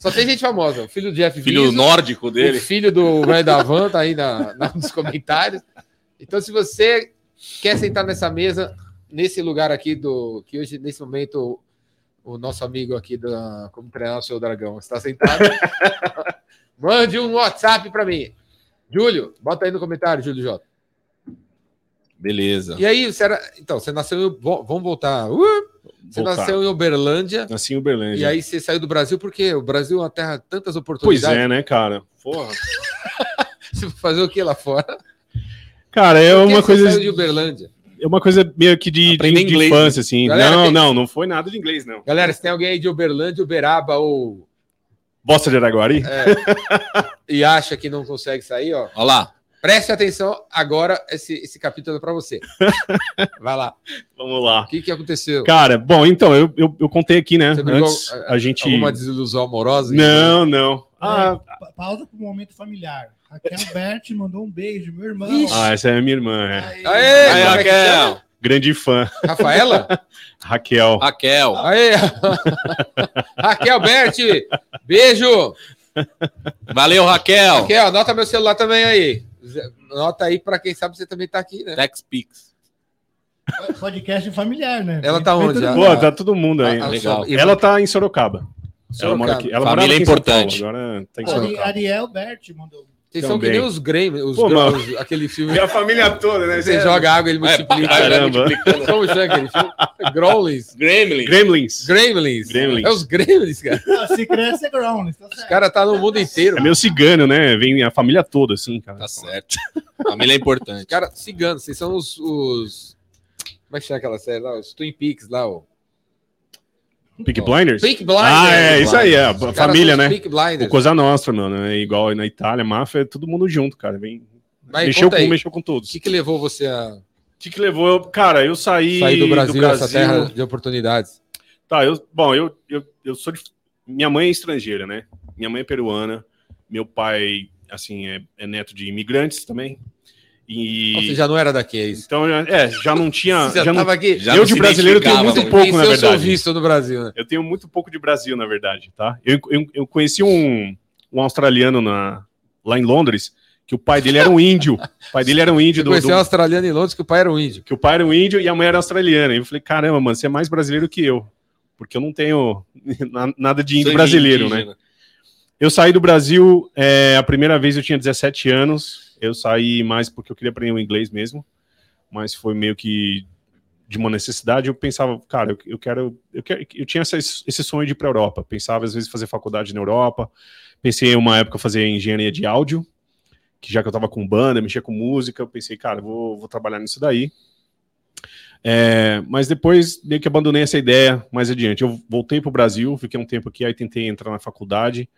Só tem gente famosa, o filho do Jeff Pix. Filho Bezos, nórdico o dele. filho do velho da van, tá aí na, na- nos comentários. Então, se você quer sentar nessa mesa, nesse lugar aqui do. Que hoje, nesse momento, o nosso amigo aqui da Como Treinar o Seu Dragão está [LAUGHS] sentado. Mande um WhatsApp para mim. Júlio, bota aí no comentário, Júlio J. Beleza. E aí, será. Então, você nasceu em. vo- Vamos voltar. Uh! você Voltar. nasceu em Uberlândia. Nasci em Uberlândia. E aí você saiu do Brasil porque o Brasil é uma terra de tantas Pois oportunidades. [LAUGHS] é, né, cara? Porra. Você vai fazer o que lá fora? Cara, é Por que uma você coisa. saiu de Uberlândia. É uma coisa meio que de, Aprender de- de inglês, infância, assim. né? Galera, não, tem- não, não foi nada de inglês, não. Galera, se tem alguém aí de Uberlândia, Uberaba ou Bosta de Araguari? e acha que não consegue sair, ó, Olha lá. preste atenção agora esse, esse capítulo é pra você. Vai lá. Vamos lá. O que que aconteceu? Cara, bom, então, eu, eu, eu contei aqui, né? Você brigou, Antes, eh, a gente. Alguma É. desilusão amorosa? Não, não. Ah, Pa- Pausa para o momento familiar. [LAUGHS] Raquel Bert mandou um beijo, meu irmão. ah, essa é a minha irmã, é. Aí, Aê, Aí, como é que Raquel. Grande fã. Rafaela? Raquel. Raquel. Aê! [LAUGHS] Raquel Berti, beijo! Valeu, Raquel. Raquel, anota meu celular também aí. Zé- Anota aí pra quem sabe você também tá aqui, né? TechPix. Podcast familiar, né? Ela tá Foi onde? tudo A- bom. Pô, tá todo mundo aí. a- a- legal. e- Ela tá em Sorocaba. Ela mora ah, Sorocaba. aqui. Ela Família morava aqui em é São importante. Paulo, Agora tá em Ari- Sorocaba. Ariel Bert mandou. Vocês são que Também. nem os Grêmio, os, Pô, mano. os- aquele filme. a família toda, né? Você joga água, ele multiplica. pra Caramba. Como chama aquele filme? Growlings. Gremlin. Gremlins. Gremlins. Gremlins. É os Gremlins, cara. Ah, se cresce é ground. Tá O certo. cara tá no mundo inteiro. É meio cigano, né? Vem a família toda, assim, cara. Tá certo. Família é importante. Cara, cigano, vocês são os. os... Como é que chama aquela série lá? Os Twin Peaks lá, o. Peak Blinders? Pink Blinders. Ah, é, isso aí, é. a Os caras família, são os né? Peaky Blinders. O Coisa Nostra, mano, é igual aí na Itália, máfia, é todo mundo junto, cara. Vem, Vai, mexeu conta com, aí. mexeu com O todos. O que, que levou você a que, que levou? eu- Cara, eu saí sair do Brasil, essa terra de oportunidades? Tá, eu, bom, eu, eu, eu sou de. Minha mãe é estrangeira, né? Minha mãe é peruana. Meu pai, assim, é, é neto de imigrantes também. E. Você já não era daqui, é isso? Então, já- é, já [LAUGHS] não tinha. Você já, já não- tava aqui. Já eu não de se brasileiro tenho identificava, muito né? pouco, na eu sou verdade. visto no Brasil, né? Eu tenho muito pouco de Brasil, na verdade, tá? Eu, eu, eu conheci um, um australiano na, lá em Londres, que o pai dele era um índio. O pai dele era um índio. Eu Do, conheci do- um australiano em Londres que o pai era um índio. que o pai era um índio e a mãe era australiana. E eu falei, caramba, mano, você é mais brasileiro que eu. Porque eu não tenho [LAUGHS] na- nada de índio Sangue brasileiro, né? indígena. Eu saí do Brasil, é, a primeira vez eu tinha 17 anos. Eu saí mais porque eu queria aprender o inglês mesmo, mas foi meio que de uma necessidade. Eu pensava, cara, eu, eu quero, eu quero, eu tinha essa- esse sonho de ir para a Europa. Pensava às vezes fazer faculdade na Europa. Pensei em uma época fazer engenharia de áudio, que já que eu estava com banda, mexia com música, eu pensei, cara, eu vou, vou trabalhar nisso daí. É, mas depois meio que abandonei essa ideia mais adiante. Eu voltei para o Brasil, fiquei um tempo aqui, aí tentei entrar na faculdade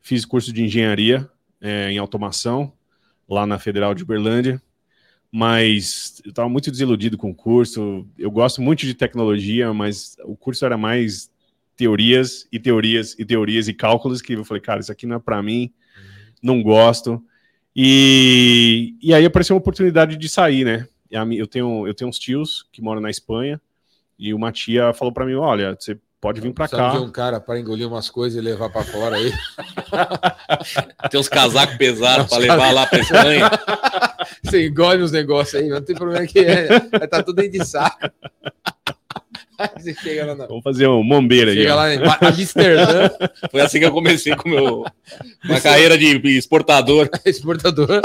fiz curso de engenharia eh, em automação lá na Federal de Uberlândia, mas eu estava muito desiludido com o curso. Eu gosto muito de tecnologia, mas o curso era mais teorias e teorias e teorias e cálculos que eu falei, cara, isso aqui não é para mim. não gosto. E, e aí apareceu uma oportunidade de sair, né? E a mi- Eu tenho, eu tenho uns tios que moram na Espanha e uma tia falou pra mim: olha, você pode vir pra Sabe cá. de um cara para engolir umas coisas e levar para fora aí. [LAUGHS] Tem uns casacos pesados pra levar lá pra Espanha. [LAUGHS] Você engole os negócios aí, não tem problema que é. Vai tá tudo aí de saco. Aí você chega lá na. Vou fazer um mombeira aí. Chega ó. lá em Ba- Amsterdã, [LAUGHS] Foi assim que eu comecei com meu, uma carreira de exportador. exportador,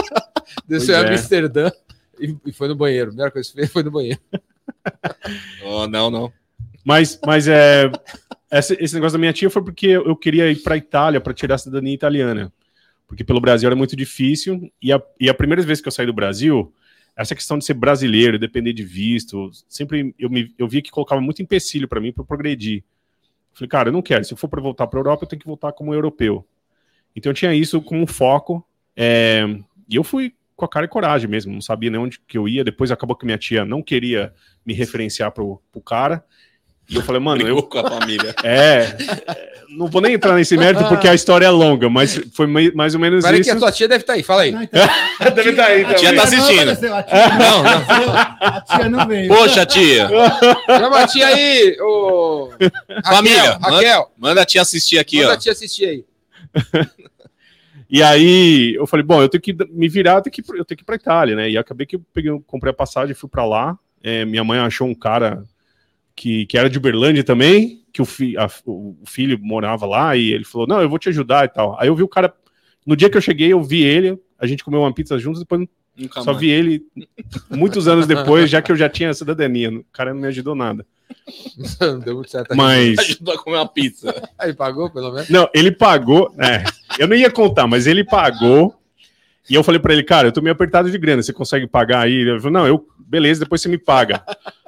desceu em Pois é. Amsterdã e, e foi no banheiro. A primeira coisa que fez foi no banheiro. Oh, não, não. Mas, mas é, essa- esse negócio da minha tia foi porque eu eu queria ir pra Itália pra tirar a cidadania italiana. Porque pelo Brasil era muito difícil. E a, e a primeira vez que eu saí do Brasil, essa questão de ser brasileiro, depender de visto, sempre eu, me, eu via que colocava muito empecilho pra mim para eu progredir. Falei, cara, eu não quero. Se eu for para voltar pra Europa, eu tenho que voltar como europeu. Então eu tinha isso como foco. é, e eu fui com a cara e coragem mesmo. Não sabia nem onde que eu ia. Depois acabou que minha tia não queria me referenciar pro, pro cara. E eu falei, mano, eu, Brigou com a família. é, é, não vou nem entrar nesse mérito porque a história é longa, mas foi mei- mais ou menos Espera que isso. a tua tia deve estar aí, fala aí. Ah, então, Deve tá aí a tia tia tá não assistindo. apareceu, A tia Não, Ah, não apareceu, a tia não veio. Poxa, tia. Chama a tia aí, ô. Raquel, Família, manda- Raquel, Manda a tia assistir aqui, manda ó. a tia assistir aí. E aí eu falei, bom, eu tenho que me virar, eu tenho que, ir pra- eu tenho que ir pra Itália, né? E acabei que eu peguei, eu comprei a passagem, fui pra lá. É, minha mãe achou um cara que, que era de Uberlândia também, que o, fi- a- o filho morava lá, e ele falou, não, eu vou te ajudar e tal. Aí eu vi o cara, no dia que eu cheguei, eu vi ele, a gente comeu uma pizza juntos, depois Nunca Só mais. vi ele muitos anos depois, já que eu já tinha cidadania. O cara não me ajudou nada. Não deu muito Tá certo. [LAUGHS] Mas. Ajudou a comer uma pizza. Aí pagou, pelo menos. Não, ele pagou. É, eu não ia contar, mas ele pagou. E eu falei pra ele, cara, eu tô meio apertado de grana. Você consegue pagar aí? Ele falou, não, eu. Beleza, depois você me paga.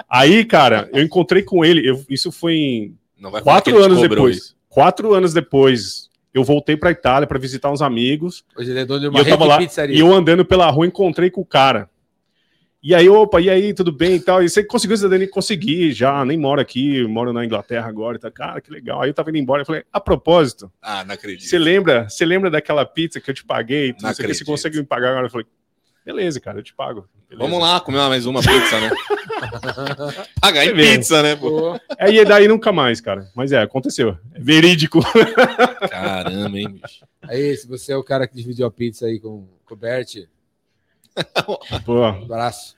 Aí, cara, eu encontrei com ele. eu- isso foi em Não vai falar quatro que ele te anos cobrou depois. isso. Quatro anos depois, eu voltei pra Itália pra visitar uns amigos. Hoje ele é dono de E uma eu rede tava de lá, pizzaria. E eu andando pela rua, encontrei com o cara. E aí, opa, e aí, tudo bem e tal? E você conseguiu cidadania? Consegui já, nem moro aqui, moro na Inglaterra agora. e Tá, cara, que legal. Aí eu tava indo embora, eu falei, a propósito, Ah, não acredito. você lembra, você lembra daquela pizza que eu te paguei? Não sei Não o que, você acredito. consegue me pagar agora? Eu falei, beleza, cara, eu te pago. Beleza. Vamos lá comer mais uma [LAUGHS] pizza, né? Pagar em Beleza. pizza, né? pô? Pô, É, e daí nunca mais, cara. Mas é, aconteceu. É [LAUGHS] verídico. Caramba, hein, bicho. Aí, se você é o cara que dividiu a pizza aí com, com o Bert, Pô, abraço.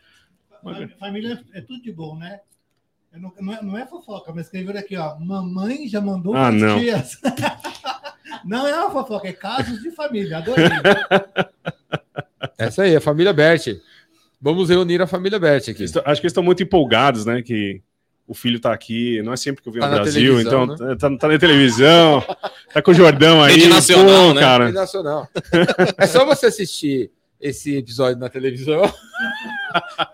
Fam- Família é tudo de bom, né? Eu não, não, é, não é fofoca, mas escreveram aqui, ó. Mamãe já mandou Ah, pras não. tias. [LAUGHS] não é uma fofoca, é casos de família. [LAUGHS] Adorei. Essa É aí, a família Bert. Vamos reunir a família Bert aqui. eles tão- acho que eles estão muito empolgados, né? Que o filho tá aqui, não é sempre que eu venho Tá ao na Brasil, televisão, então tá, tá na televisão, tá com o Jordão aí. né? Rede nacional, pô, né? cara. Internacional. [LAUGHS] é só você assistir esse episódio na [LAUGHS] televisão.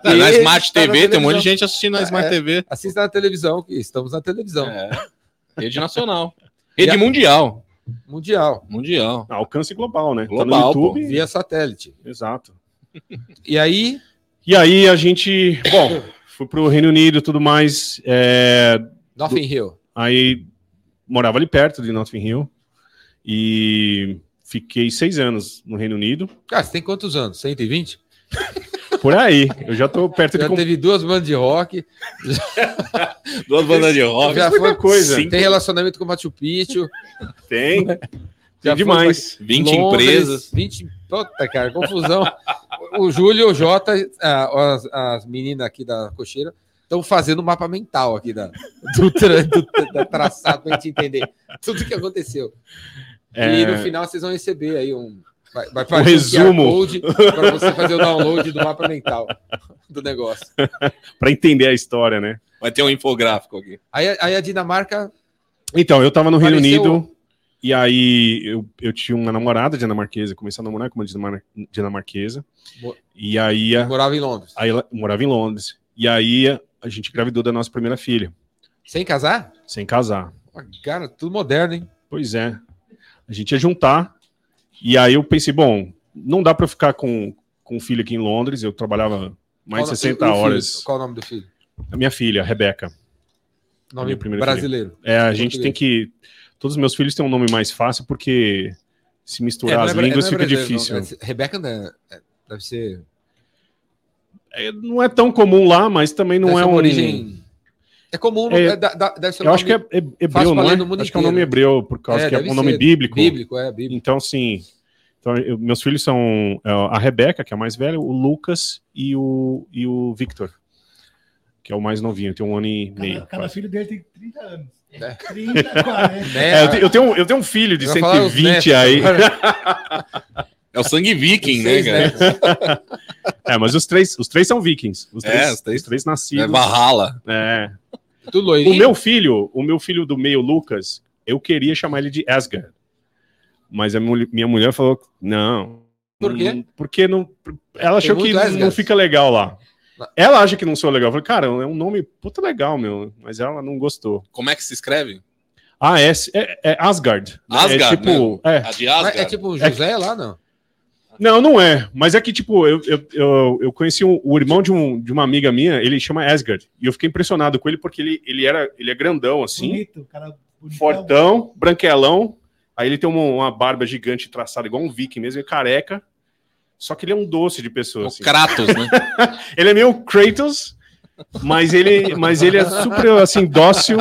Tá, na [LAUGHS] E Smart tá na TV, tem um monte de televisão. gente assistindo na Smart É. TV. Assista na televisão, que estamos na televisão É. Rede nacional. E Rede a- mundial. mundial, Mundial. Ah, Alcance global, né? tá no Global, YouTube. via satélite. Exato. E aí, E aí a gente, bom, fui pro Reino Unido e tudo mais. é, Nothing Hill. aí morava ali perto de Notting Hill. E fiquei seis anos no Reino Unido. Cara, você tem quantos anos? 120? Por aí. Eu já tô perto de. Já com- teve duas bandas de rock. Duas bandas de rock. já muita foi- coisa. Tem relacionamento com o Machu Picchu. Tem. Já Tem foi demais. 20 Londres, empresas. 20. Puta, cara, confusão. o Júlio e o Jota, ah, as, as meninas aqui da cocheira, estão fazendo o mapa mental aqui da, do, tra- do, da traçado pra gente entender tudo que aconteceu. E no É, final vocês vão receber aí um. Vai, vai Um resumo. para você fazer o download do mapa mental do negócio. pra entender a história, né? Vai ter um infográfico aqui. Aí, aí a Dinamarca. Então, eu tava no Reino Apareceu- Unido. E aí eu, eu tinha uma namorada dinamarquesa, comecei a namorar com uma dinamar- dinamarquesa. Boa. E aí a- Morava em Londres. aí ela morava em Londres. E aí a gente engravidou da nossa primeira filha. Sem casar? Sem casar. Cara, tudo moderno, hein? Pois é. A gente ia juntar. E aí eu pensei, bom, não dá para ficar com, com o filho aqui em Londres. Eu trabalhava mais de Qual- 60 e o filho? horas. Qual o nome do filho? A minha filha, a Rebeca. Nome Minha primeira brasileiro. É, a gente Português. tem que. Todos os meus filhos têm um nome mais fácil, porque Se misturar as É, bra- línguas fica brasileiro, difícil. não. É- Rebeca não é- é- deve ser. É, não é tão comum lá, mas também não deve ser é uma um. origem. É comum. no- É, é da- da- deve ser Eu acho que é he- fácil hebreu, pra não ler é? no mundo Acho que é um inteiro. nome hebreu, por causa que é um nome bíblico. Bíblico, é, bíblico. Então, assim. Então, eu- meus filhos são é, a Rebeca, que é a mais velha, o Lucas e o, e o Victor, que é o mais novinho, tem um ano e meio. Cada, cada quase. filho dele tem 30 anos. É. 30, 40. É, eu, te- eu tenho, eu tenho um filho de Né? Eu ia falar os 120 netos aí. [LAUGHS] agora. É o sangue viking, né, Seis cara? netos. É, mas os três, os três são vikings. Os É, três, os três- os três É nascidos. Valhalla. É. Tudo loirinho. O meu filho, o meu filho do meio, Lucas, eu queria chamar ele de Asgard. Mas a mul- minha mulher falou, que não. Por quê? Não, Porque não, ela achou que muito Asgard. não fica legal lá. Não. Ela acha que não sou legal. Eu falei, cara, é um nome puta legal, meu. Mas ela não gostou. Como é que se escreve? Ah, é, é, é Asgard. né? Asgard, É tipo, é. A de Mas Asgard. é tipo José lá, não. Não, não é. Mas é que, tipo, eu, eu, eu, eu conheci um- o irmão de, um, de uma amiga minha, ele chama Asgard. E eu fiquei impressionado com ele porque ele, ele, era, ele é grandão, assim. Bonito, cara. bonitão. fortão, branquelão. Aí ele tem uma, uma barba gigante traçada igual um viking mesmo, e careca. Só que ele é um doce de pessoa. o assim. Kratos, né? [LAUGHS] Ele é meio Kratos, mas ele, mas ele é super assim dócil.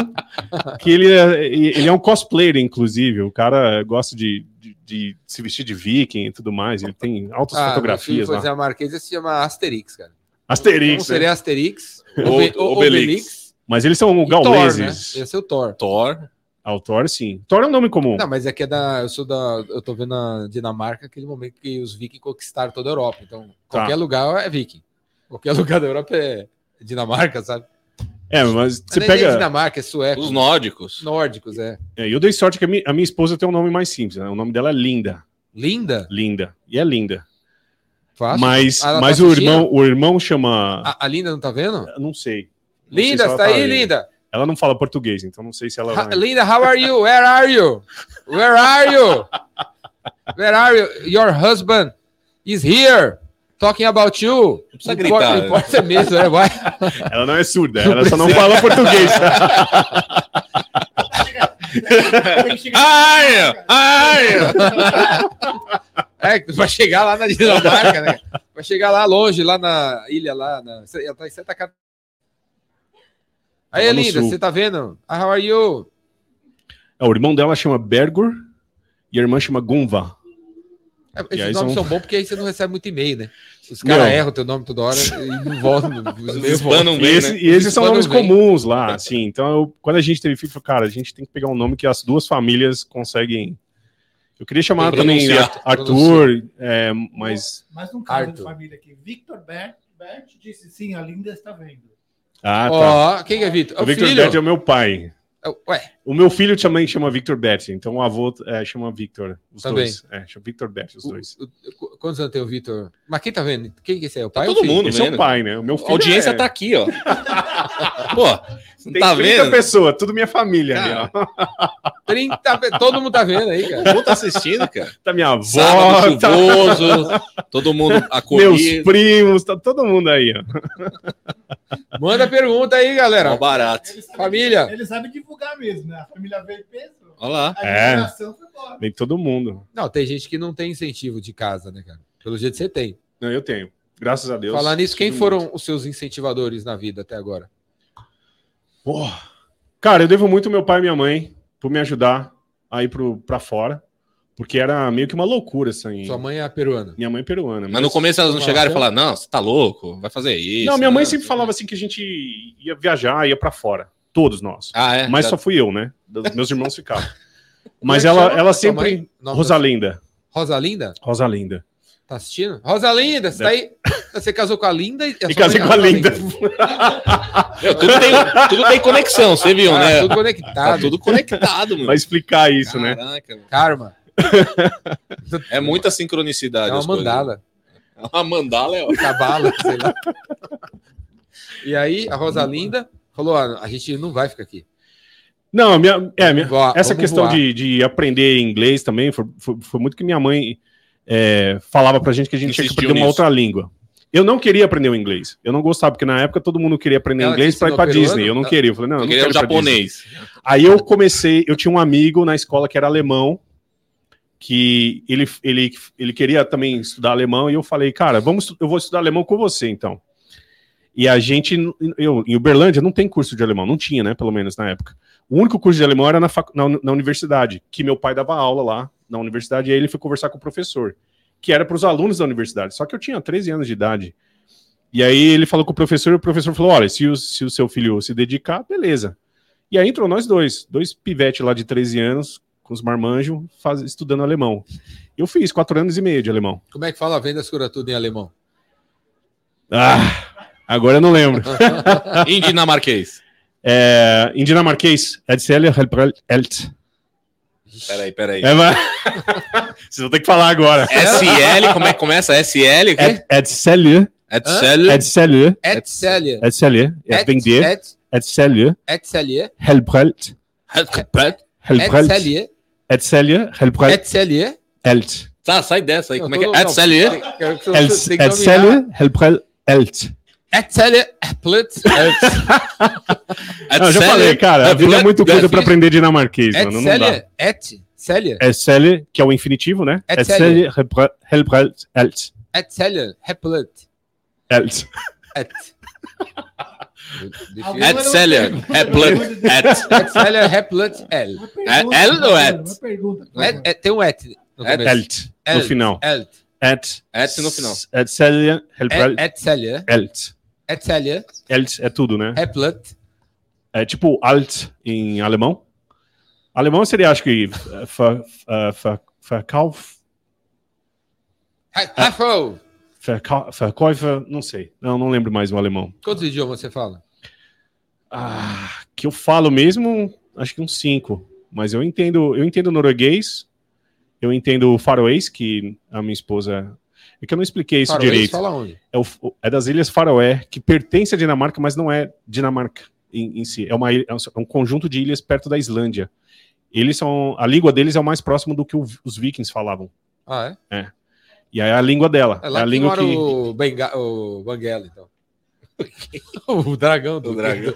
Que ele é, ele é um cosplayer, inclusive. O cara gosta de, de, de se vestir de viking e tudo mais. Ele tem Ah, meu altas filho fotografias foi lá. desenhar marquesa se chama Asterix, cara. Como Asterix. né? seria Asterix? Obe- Obe- o- Obelix. Mas eles são e Thor, né? gauleses. Ia ser o Thor. Thor. Ah, o Thor, sim. Thor é um nome comum. Não, mas é que é da. Eu sou da. Eu tô vendo a Dinamarca aquele momento que os vikings conquistaram toda a Europa. Tá. Então, qualquer lugar é viking. Qualquer [LAUGHS] lugar da Europa é Dinamarca, sabe? É, mas você Não é nem pega. Dinamarca, é sueco. Os nórdicos. nórdicos, é. É, eu dei sorte que a mi- a minha esposa tem um nome mais simples. Né? O nome dela é Linda. Linda. Linda. E é linda. Fácil. Mas, Ah, ela mas tá o, assistindo? irmão, o irmão chama. A, a Linda não tá vendo? Não sei. Não sei se Linda, ela você tá aí, vendo. Linda? Ela não fala português, então não sei se ela. Ha- Vai... Linda, how are you? Where are you? Where are you? Where are you? Your husband is here talking about you. Não precisa gritar, né? Importa mesmo, né? Vai. Ela não é surda, ela só não fala português. Tem que chegar- Ai! Ai! É, vai chegar lá na Dinamarca, né? Vai chegar lá longe, lá na ilha, lá na. Ela tá em Santa Catarina. Aí, Lá no linda, sul. você tá vendo? Ah, how are you? É, o irmão dela chama Bergur e a irmã chama Gunva. É, E aí Esses nomes são são- bons porque aí você não recebe muito e-mail, né? Os caras Não. erram teu nome toda hora e não voltam. Os Os e-mails voltam. hispanos E, bem, esse- né? e esses são Quando nomes vem. comuns lá, assim. Então, eu- quando a gente teve filho, eu falei, cara, a gente tem que pegar um nome que as duas famílias conseguem. Eu queria chamar também Pronunciar. Ar- Arthur, é, mas. Mais um caso de Arthur. família aqui. Victor Bert, Bert disse sim, a Linda está vendo. Ah, tá. Ó, quem que é Vitor? É o o Victor filho. Bert é o meu pai. É, Ué, O meu filho também chama Victor Betti, então o avô é, chama Victor, os Também. dois. É, chama Victor Betti, os o- dois. o- qu- quantos anos tem o Vitor? Mas quem tá vendo? Quem que esse é? O pai ou todo o filho? mundo. Esse é o vendo? pai, né? O meu A filho audiência é- tá aqui, [LAUGHS] ó. Pô, você não Tem tá 30 vendo? pessoas, tudo minha família Cara, ali, ó. 30 pe- todo mundo tá vendo aí, cara. Todo mundo tá [LAUGHS] assistindo, cara. Tá minha avó, Sábado tá chuvoso, todo mundo meus acolhido. primos, tá todo mundo aí, ó. Manda pergunta aí, Mó galera. barato. Ele sabe- Família. Ele sabe divulgar mesmo, né? A família veio peso. Olha lá. A É. divulgação foi boa. Vem todo mundo. Não, tem gente que não tem incentivo de casa, né, cara? Pelo jeito você tem. Não, eu tenho. Graças a Deus. Falar nisso, quem Todo foram os seus incentivadores na vida até agora? Porra. Cara, eu devo muito ao meu pai e minha mãe por me ajudar a ir pro, pra fora, porque era meio que uma loucura, assim. Sua mãe é peruana. Minha mãe é peruana. Mas no começo elas não chegaram e falaram, não, você tá louco, vai fazer isso. né? Não, minha mãe né? sempre falava assim que a gente ia viajar, ia pra fora. Todos nós. Ah, é? Mas Já- só fui eu, né? Dos- Meus irmãos [LAUGHS] ficaram. Mas Como é que ela, chama ela sua sempre. mãe? Nome da- Rosalinda. Rosalinda? Rosalinda. Tá assistindo? Rosalinda, você tá aí? Você casou com a Linda e. é E casei com a Linda. Tá Meu, tá. tudo, tem, um, tudo tem conexão, você Ah, viu, Tá né? tudo Tá conectado. tudo conectado, [LAUGHS] mano. Vai explicar isso, né? Caraca, mano. Karma. É muita sincronicidade. É uma as coisas. mandala. É uma mandala, é ótimo. Cabala, sei lá. E aí, a Rosalinda falou: "Ah, a gente não vai ficar aqui. Não, minha, é, minha- Voar, essa vamos questão voar. de, de aprender inglês também foi, foi, foi muito que minha mãe é, falava pra gente que a gente tinha que Insistiu aprender uma nisso. outra língua. Eu não queria aprender o inglês. Eu não gostava, porque na época todo mundo queria aprender Ela te inglês pra ir ensinou pra Disney. peruano? Eu não Ela- queria. Eu falei, não, eu Eu não queria quero um ir pra Disney. japonês. Aí eu comecei, eu tinha um amigo na escola que era alemão, que ele, ele, ele queria também estudar alemão e eu falei, cara, vamos, eu vou estudar alemão com você então. E a gente, eu, em Uberlândia não tem curso de alemão, não tinha, né, pelo menos na época. O único curso de alemão era na, fac, na, na universidade, que meu pai dava aula lá na universidade, e aí ele foi conversar com o professor, que era para os alunos da universidade, só que eu tinha 13 anos de idade. E aí ele falou com o professor, e o professor falou, olha, se o, se o seu filho se dedicar, beleza. E aí entrou nós dois, dois pivetes lá de 13 anos, com os marmanjos, faz, estudando alemão. Eu fiz quatro anos e meio de alemão. Como é que fala venda escura tudo em alemão? Ah, agora eu não lembro. Em dinamarquês. É, em dinamarquês, Edsele Helbrelt. Peraí, peraí. É, mas- Vocês vão ter que falar agora. SL, como é que começa? SL, o quê? É Ed- Edsele, É Edsel. Edsele, É Etcelia. Edsele, é vender, Edsele Etcelia. Helbrelt, Helbrelt, Etcelia. Edsele Helbrelt, Etcelia. Elt. Tá, sai dessa aí. Como é que Não, não, é? não. Edsel. Então Edsele Helbrelt, Elt. Etcelia. [LAUGHS] Plut. Não, eu já falei, cara, a vida é muito coisa pra aprender dinamarquês, mano. Não dá. Etcelia. Etcelia. Edsele, que é o infinitivo, né? Edsele. Edsele Helbre- Helbrelt, Elt. Etcelia. Heplut. Elt. [LAUGHS] Et. Edsel. É blood. Et. Etcelia. Heplut. El. É- é ou é? Uma pergunta. Et- et- Tem um et. no Et- começo. Elt. No Elt. final. Elt. Et. Et no final. Edsele Helbrelt, Etcelia. Elt. Etcelia. Elt é tudo, né? Heplut. É tipo alt em alemão. Alemão seria, acho que, eh, ver- eh, ver- verkauf, Ah. Rafael. verka- verkäufer, não sei. Não, não lembro mais o alemão. Quantos idiomas você fala? Ah, que eu falo mesmo, acho que uns cinco. Mas eu entendo, eu entendo norueguês, eu entendo faroês, que a minha esposa. É que eu não expliquei isso Faroês, direito. Fala onde? É, o- é das Ilhas Faroé, que pertence à Dinamarca, mas não é Dinamarca em, em si. É, uma ilha- é um- é um conjunto de ilhas perto da Islândia. Eles são. A língua deles é o mais próximo do que o- os vikings falavam. Ah, é? E aí é a língua dela. É É, lá a que língua mora que. o, Benga... o Banguela, [LAUGHS] então. [LAUGHS] o dragão do O dragão.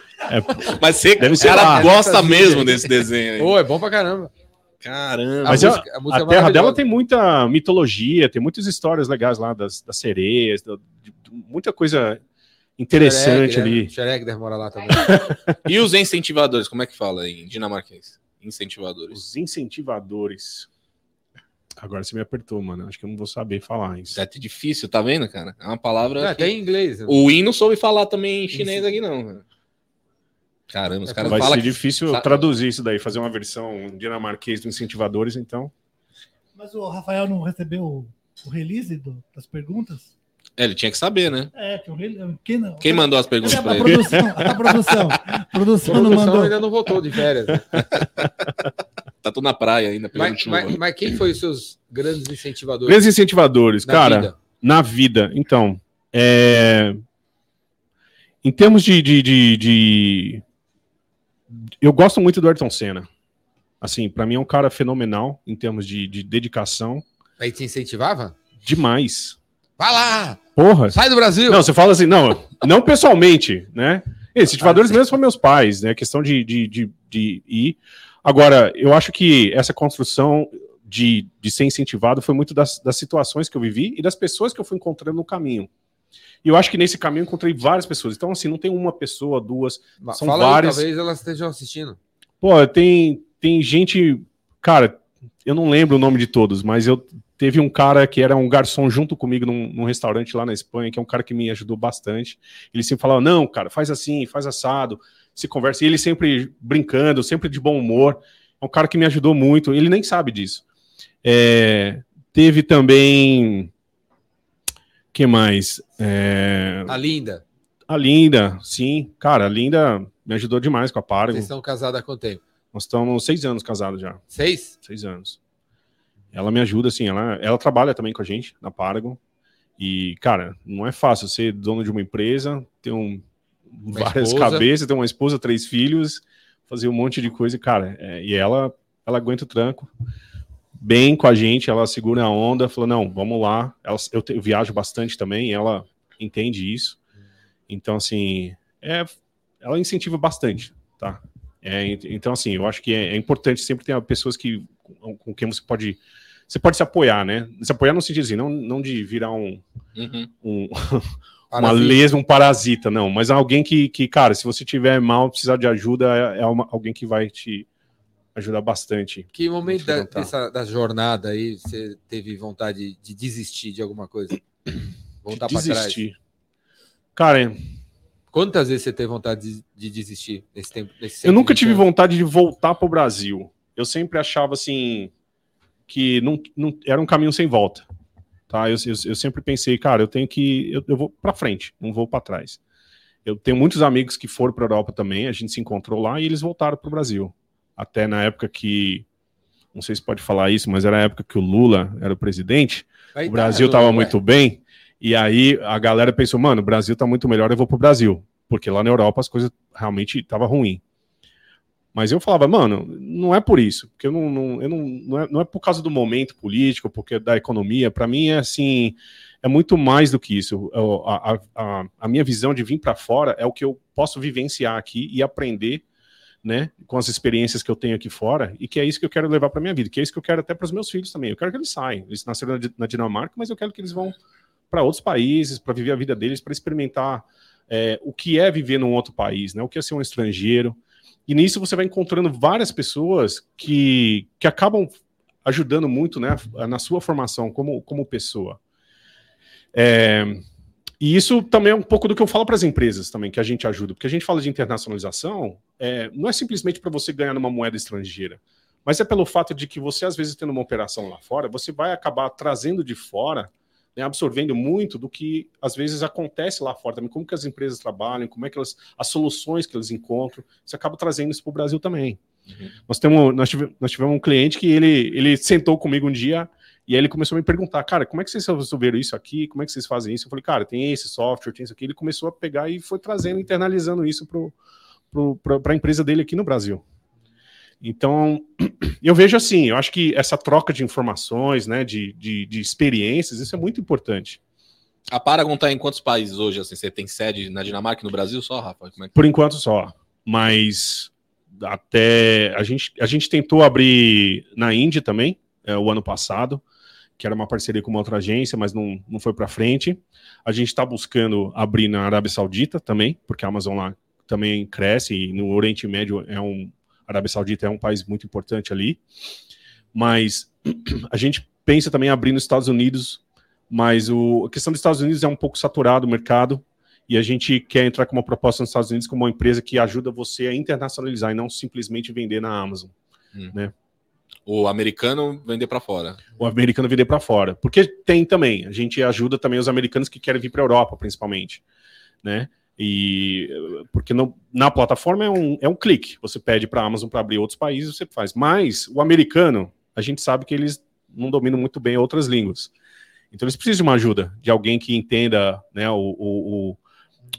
Mas você, Deve ser cara, lá. gosta mesmo desse desenho aí. assim. Pô, é bom pra caramba. Caramba. Mas a eu- música, a música A é terra dela maravilhosa. tem muita mitologia, tem muitas histórias legais lá das, das sereias, da- de- de- muita coisa interessante Xerecder, ali. Xerecder mora lá também. é E os incentivadores, como é que fala em dinamarquês? Incentivadores. Os incentivadores. Agora você me apertou, mano. Acho que eu não vou saber falar isso. É até difícil, tá vendo, cara? É uma palavra. Não, que- tem em inglês. né? O Win não soube falar também em chinês aqui, não. cara. Caramba, os É, caras Vai falam. ser que- difícil eu traduzir isso daí, fazer uma versão dinamarquês do incentivadores, então. Mas o Rafael não recebeu o, o release do- das perguntas? É, ele tinha que saber, né? É, tem um release. Quem, não- Quem mandou as perguntas Cadê pra a ele? produção? A produção. A A produção não produção mandou. ainda não voltou de [LAUGHS] férias. né? Tá tudo na praia ainda, pegando mas, chuva. mas- mas quem foi os seus grandes incentivadores? Grandes incentivadores, na cara. vida? Na vida, então. é, Em termos de, de, de- de- Eu gosto muito do Ayrton Senna. Assim, pra mim é um cara fenomenal em termos de, de dedicação. Aí te incentivava? Demais. Vai lá! Porra. Sai do Brasil! Não, você fala assim, não, não pessoalmente, né? Incentivadores mesmo são meus pais, né? Questão de, de, de, de ir. Agora, eu acho que essa construção de, de ser incentivado foi muito das, das situações que eu vivi e das pessoas que eu fui encontrando no caminho. E eu acho que nesse caminho eu encontrei várias pessoas. Então, assim, não tem uma pessoa, duas. Mas são Fala vários. aí, talvez elas estejam assistindo. Pô, tem, tem gente. Cara, eu não lembro o nome de todos, mas eu teve um cara que era um garçom junto comigo num, num restaurante lá na Espanha, que é um cara que me ajudou bastante. Ele sempre falava: não, cara, faz assim, faz assado, se conversa. E ele sempre brincando, sempre de bom humor. É um cara que me ajudou muito. Ele nem sabe disso. É, teve também. que mais? É, A Linda. a Linda, sim. Cara, a Linda me ajudou demais com a Pargo. Vocês estão casados há quanto tempo? Nós estamos seis anos casados já, Seis? seis anos. Ela me ajuda, assim, ela, ela trabalha também com a gente na Paragon. E, cara, não é fácil ser dono de uma empresa, ter um, várias esposa. cabeças, ter uma esposa, três filhos, fazer um monte de coisa, cara. é, e ela, ela aguenta o tranco bem com a gente, ela segura a onda, falou, não, vamos lá. Ela, eu, te- eu viajo bastante também, ela entende isso. Então, assim, é, ela incentiva bastante, tá? É, ent- então, assim, eu acho que é, é importante sempre ter pessoas que, com, com quem você pode Você pode se apoiar, né? Se apoiar no sentido assim, não, não de virar um, Uhum. um- uma lesma, um parasita, não. Mas alguém que, que, cara, se você tiver mal, precisar de ajuda, é, é uma- alguém que vai te ajudar bastante. Que momento Deixa eu da, perguntar. dessa- da jornada aí você teve vontade de desistir de alguma coisa? Voltar de pra trás. desistir. Cara, é, Quantas vezes você teve vontade de, de desistir nesse tempo? Nesse eu nunca 120 tive anos? vontade de voltar pro Brasil. Eu sempre achava assim que não, não era um caminho sem volta. Tá? Eu, eu- eu sempre pensei, cara, eu tenho que eu, eu vou para frente, não vou para trás. Eu tenho muitos amigos que foram para Europa também, a gente se encontrou lá e eles voltaram pro Brasil. Até na época que não sei se pode falar isso, mas era a época que o Lula era o presidente. Vai O dar, né, Brasil não, tava ué. muito bem, e aí a galera pensou, mano, o Brasil tá muito melhor, eu vou pro Brasil. Porque lá na Europa as coisas realmente tava ruim. Mas eu falava, mano, não é por isso, porque eu não, não- eu não, não, é, não é por causa do momento político, porque da economia, para mim é assim, é muito mais do que isso. Eu- a, a- a- a minha visão de vir para fora é o que eu posso vivenciar aqui e aprender, né, com as experiências que eu tenho aqui fora, e que é isso que eu quero levar para minha vida, que é isso que eu quero até para os meus filhos também. Eu quero que eles saiam. Eles nasceram na Di- na Dinamarca, mas eu quero que eles vão para outros países, para viver a vida deles, para experimentar é, o que é viver num outro país, né? O que é ser um estrangeiro. E nisso você vai encontrando várias pessoas que, que acabam ajudando muito, né, na sua formação como, como pessoa. É, e isso também é um pouco do que eu falo para as empresas também, que a gente ajuda, porque a gente fala de internacionalização, é, não é simplesmente para você ganhar numa moeda estrangeira, mas é pelo fato de que você, às vezes, tendo uma operação lá fora, você vai acabar trazendo de fora, né, absorvendo muito do que, às vezes, acontece lá fora também, como que as empresas trabalham, como é que elas, as soluções que elas encontram, você acaba trazendo isso para o Brasil também. Nós, temos, nós, tive- nós tivemos um cliente que ele, ele sentou comigo um dia e aí ele começou a me perguntar, cara, como é que vocês resolveram isso aqui? Como é que vocês fazem isso? Eu falei, cara, tem esse software, tem isso aqui. Ele começou a pegar e foi trazendo, internalizando isso para a empresa dele aqui no Brasil. Então, [CLEARS THROAT] eu vejo assim, eu acho que essa troca de informações, né, de, de, de experiências, isso é muito importante. A Paragon tá em quantos países hoje? Assim, você tem sede na Dinamarca e no Brasil só, Rafa? Como é que... Por enquanto só, mas até a gente, a gente tentou abrir na Índia também, é, o ano passado, que era uma parceria com uma outra agência, mas não, não foi para frente. A gente está buscando abrir na Arábia Saudita também, porque a Amazon lá também cresce e no Oriente Médio é um a Arábia Saudita é um país muito importante ali. Mas [CLEARS THROAT] a gente pensa também em abrir nos Estados Unidos, mas o, a questão dos Estados Unidos é um pouco saturado o mercado e a gente quer entrar com uma proposta nos Estados Unidos como uma empresa que ajuda você a internacionalizar e não simplesmente vender na Amazon. O americano vender pra fora. o americano vender para fora. Porque tem também, a gente ajuda também os americanos que querem vir para a Europa, principalmente, né? E eh, porque no- na plataforma é um, é um clique, você pede para a Amazon para abrir outros países, você faz. Mas o americano, a gente sabe que eles não dominam muito bem outras línguas. Então eles precisam de uma ajuda, de alguém que entenda né, o, o, o,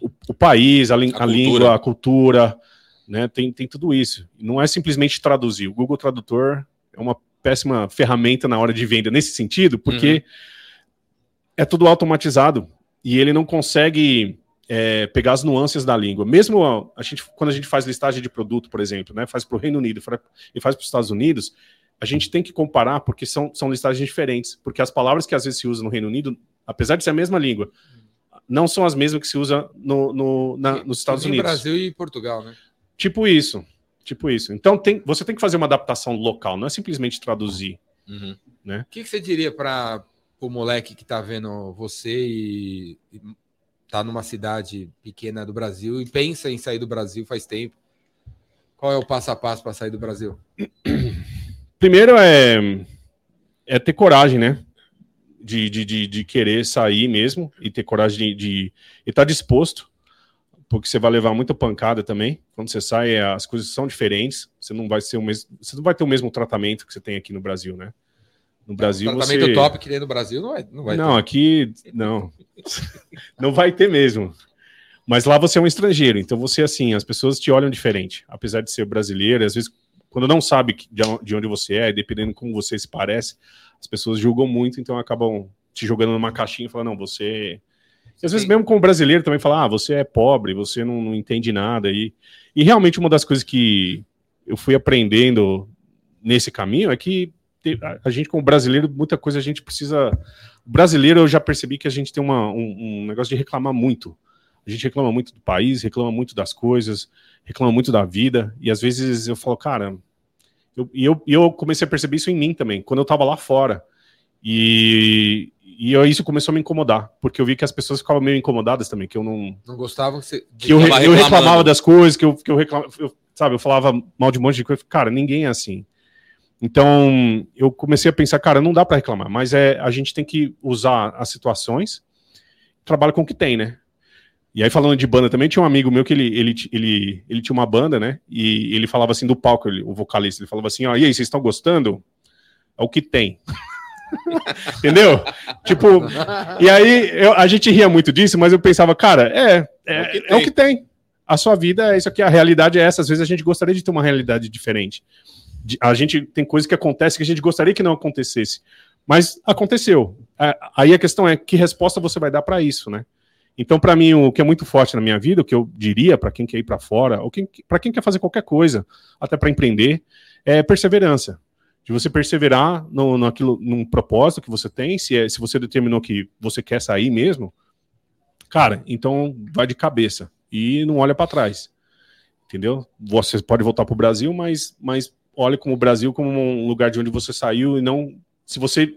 o- o país, a, lin- A a cultura. língua, a cultura, né? Tem, tem tudo isso. Não é simplesmente traduzir. O Google Tradutor é uma péssima ferramenta na hora de venda nesse sentido, porque Uhum. é tudo automatizado e ele não consegue é, pegar as nuances da língua. Mesmo a, a gente, quando a gente faz listagem de produto, por exemplo, né, faz para o Reino Unido fra- e faz para os Estados Unidos, a gente tem que comparar porque são, são listagens diferentes, porque as palavras que às vezes se usam no Reino Unido, apesar de ser a mesma língua, não são as mesmas que se usa no, no- na- nos Estados Tem Unidos. Brasil e Portugal, né? Tipo isso. Tipo isso. Então tem, você tem que fazer uma adaptação local, não é simplesmente traduzir. Uhum. O que, que você diria para o moleque que tá vendo você e, e tá numa cidade pequena do Brasil e pensa em sair do Brasil faz tempo? Qual é o passo a passo para sair do Brasil? Primeiro é, é ter coragem, né? De, de, de, de querer sair mesmo e ter coragem de, de e estar disposto, porque você vai levar muita pancada também. Quando você sai, é, as coisas são diferentes. Você não vai ser o mesmo, você não vai ter o mesmo tratamento que você tem aqui no Brasil, né? No Brasil É, tratamento você top que tem no Brasil não vai, não vai não, ter. aqui não. [LAUGHS] não vai ter mesmo. Mas lá você é um estrangeiro, então você assim, as pessoas te olham diferente, apesar de ser brasileiro, às vezes quando não sabe que- de on- de onde você é, dependendo como você se parece, as pessoas julgam muito, então acabam te jogando numa caixinha e falando, não, você. E às vezes, Sim. mesmo como brasileiro, também fala, ah, você é pobre, você não, não entende nada. E, e realmente, uma das coisas que eu fui aprendendo nesse caminho é que te- a- a gente como brasileiro, muita coisa a gente precisa. O brasileiro, eu já percebi que a gente tem uma, um, um negócio de reclamar muito. A gente reclama muito do país, reclama muito das coisas, reclama muito da vida. E às vezes eu falo, cara. eu- E eu, e eu comecei a perceber isso em mim também, quando eu tava lá fora. E, e eu- isso começou a me incomodar, porque eu vi que as pessoas ficavam meio incomodadas também, que eu não, Não gostavam que você. que eu, Ficava eu reclamava reclamando. das coisas, que eu, que eu reclamava, eu, sabe, eu falava mal de um monte de coisa. Cara, ninguém é assim. Então, eu comecei a pensar, cara, não dá para reclamar, mas é a gente tem que usar as situações, trabalha com o que tem, né? E aí, falando de banda também, tinha um amigo meu que ele, ele, ti- ele, ele tinha uma banda, né? E ele falava assim do palco, ele- o vocalista, ele falava assim, ó, e aí, vocês estão gostando? É o que tem. [LAUGHS] Entendeu? tipo, e aí eu- a gente ria muito disso, mas eu pensava, cara, é, é, é o, que tem. A sua vida é isso aqui, a realidade é essa. Às vezes a gente gostaria de ter uma realidade diferente. De- a gente tem coisas que acontecem que a gente gostaria que não acontecesse, mas aconteceu. A- aí a questão é que resposta você vai dar para isso, né? Então, para mim, o que é muito forte na minha vida, o que eu diria para quem quer ir para fora, ou para quem quer fazer qualquer coisa, até para empreender, é perseverança de você perseverar no, naquilo, num propósito que você tem, se, é, se você determinou que você quer sair mesmo, cara, então vai de cabeça e não olha para trás, entendeu? Você pode voltar para o Brasil, mas, mas olhe como o Brasil como um lugar de onde você saiu e não se você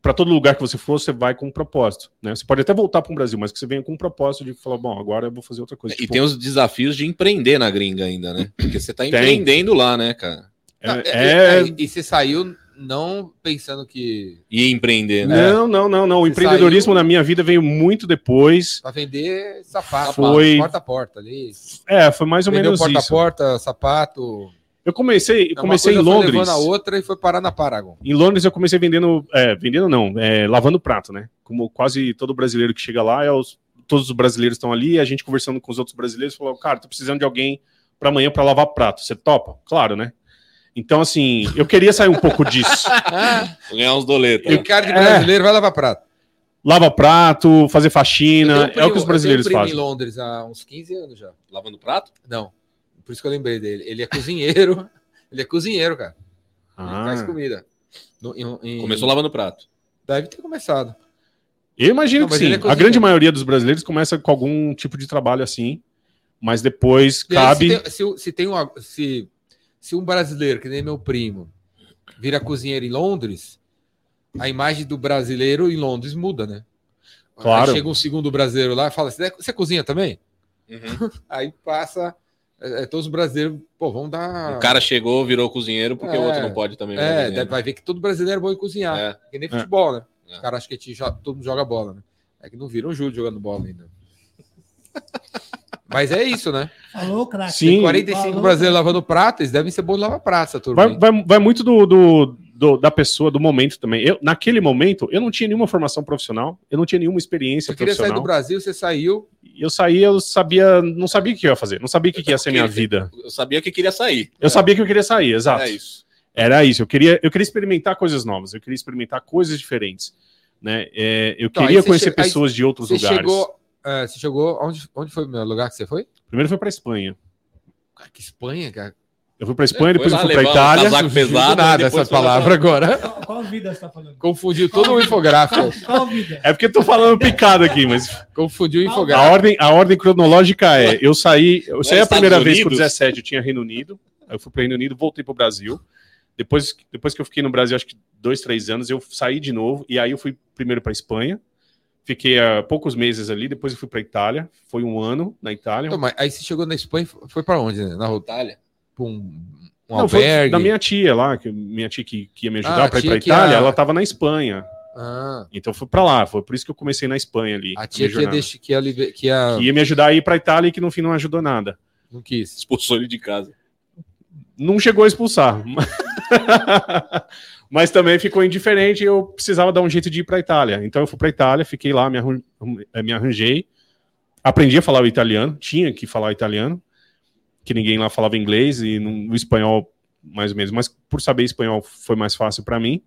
para todo lugar que você for, você vai com um propósito, né? Você pode até voltar para o Brasil, mas que você venha com um propósito de falar, bom, agora eu vou fazer outra coisa. E um Tipo, tem os desafios de empreender na gringa ainda, né? Porque você tá empreendendo lá, né, cara? é- é- E, e você saiu não pensando que. E empreender, né? Não, não, não, não. O Você empreendedorismo saiu- na minha vida veio muito depois. Pra vender sapato, Foi- porta a porta ali. É, foi mais ou Vendeu menos porta a isso. porta, sapato. É Eu comecei, eu Uma comecei em coisa foi Londres. levando a outra e foi parar na Paragon. Em Londres eu comecei vendendo, é, vendendo não, é, lavando prato, né? Como quase todo brasileiro que chega lá, é os- todos os brasileiros estão ali, a gente conversando com os outros brasileiros, falou, cara, tô precisando de alguém para amanhã para lavar prato. Você topa? Claro, né? Então assim, eu queria sair um pouco [LAUGHS] disso. Vou Ganhar uns né? doletas. E É. o cara de brasileiro vai lavar prato. Lava prato, fazer Eu tenho um faxina, é o que primo- os brasileiros eu tenho um primo fazem. em Londres há uns 15 anos já. Lavando prato? Não, por isso que eu lembrei dele. Ele é cozinheiro. [LAUGHS] ele é cozinheiro, cara. Ele faz Ah, comida. No- em- em- Começou lavando prato. Deve ter começado. eu imagino Não, que mas ele sim. é a cozinheiro. grande maioria dos brasileiros começa com algum tipo de trabalho assim, mas depois E aí, se cabe. tem- Se, o- se tem uma- se- se um brasileiro, que nem meu primo, vira cozinheiro em Londres, a imagem do brasileiro em Londres muda, né? Aí Claro. chega um segundo brasileiro lá e fala: "Você- é, Você cozinha também? Uhum. Aí passa. é, é, todos os brasileiros, pô, vão dar. O cara chegou, virou cozinheiro, porque o outro É. não pode também. virar É, cozinheiro. daí vai ver que todo brasileiro é bom em cozinhar. É. Que nem É. futebol, né? É. Os caras acham que a gente joga- todo mundo joga bola, né? É que não viram o Júlio jogando bola ainda. Mas é isso, né? Falou, craque. Sim. né? Tem 45 brasileiros lavando prata, eles devem ser bons de lavar prata, turma. Vai, hein? vai, vai muito do, do- do- da pessoa, do momento também. Eu, naquele momento, eu não tinha nenhuma formação profissional, eu não tinha nenhuma experiência Você queria sair do profissional. Brasil, você saiu. Eu saí, eu sabia, não sabia o que eu ia fazer, não sabia o que, que ia É, ser minha vida. Eu sabia que queria sair. Eu sabia que eu queria sair, exato. Era isso. Era isso, Eu queria, eu queria experimentar coisas novas, eu queria experimentar coisas diferentes. Né? É, eu Então, aí queria você conhecer che- aí pessoas de outros Você lugares. chegou. é, você chegou. Onde, onde foi o meu lugar que você foi? Primeiro foi para Espanha. Cara, que Espanha, cara. Eu fui para Espanha, depois eu fui Foi lá para levar um Itália. Casaco pesado. Do nada depois essas foi lá pra- palavras agora. Qual, qual vida você tá falando? Confundiu todo o infográfico. [LAUGHS] Qual, qual vida? É porque eu tô falando picado aqui, mas Confundiu o A infográfico. ordem, a ordem cronológica é: eu saí, eu saí a Estados primeira vez com Unidos? 17, eu tinha Reino Unido, aí eu fui para Reino Unido, voltei para o Brasil. Depois, depois que eu fiquei no Brasil, acho que dois, três anos, eu saí de novo, e aí eu fui primeiro para Espanha, fiquei há poucos meses ali, depois eu fui para Itália, foi um ano na Itália. Então, mas aí você chegou na Espanha, e foi pra onde, né? Na Rota? Itália. Pra um, um Não, foi albergue? da minha tia lá, que minha tia que, que ia me Ah, ajudar a para ir tia para que a- Itália, ela estava na Espanha. Ah, Então foi para lá, foi por isso que eu comecei na Espanha ali. a minha tia que ia, jornada. deixar, que ia, liber- que ia- Que ia me ajudar a ir para Itália e que no fim não ajudou nada. Não quis. Expulsou ele de casa. não chegou a expulsar. [LAUGHS] Mas também ficou indiferente, eu precisava dar um jeito de ir para a Itália. Então eu fui para a Itália, fiquei lá, me, arran- eh, me arranjei, aprendi a falar o italiano, tinha que falar italiano, que ninguém lá falava inglês e não- o espanhol mais ou menos, mas por saber espanhol foi mais fácil para mim.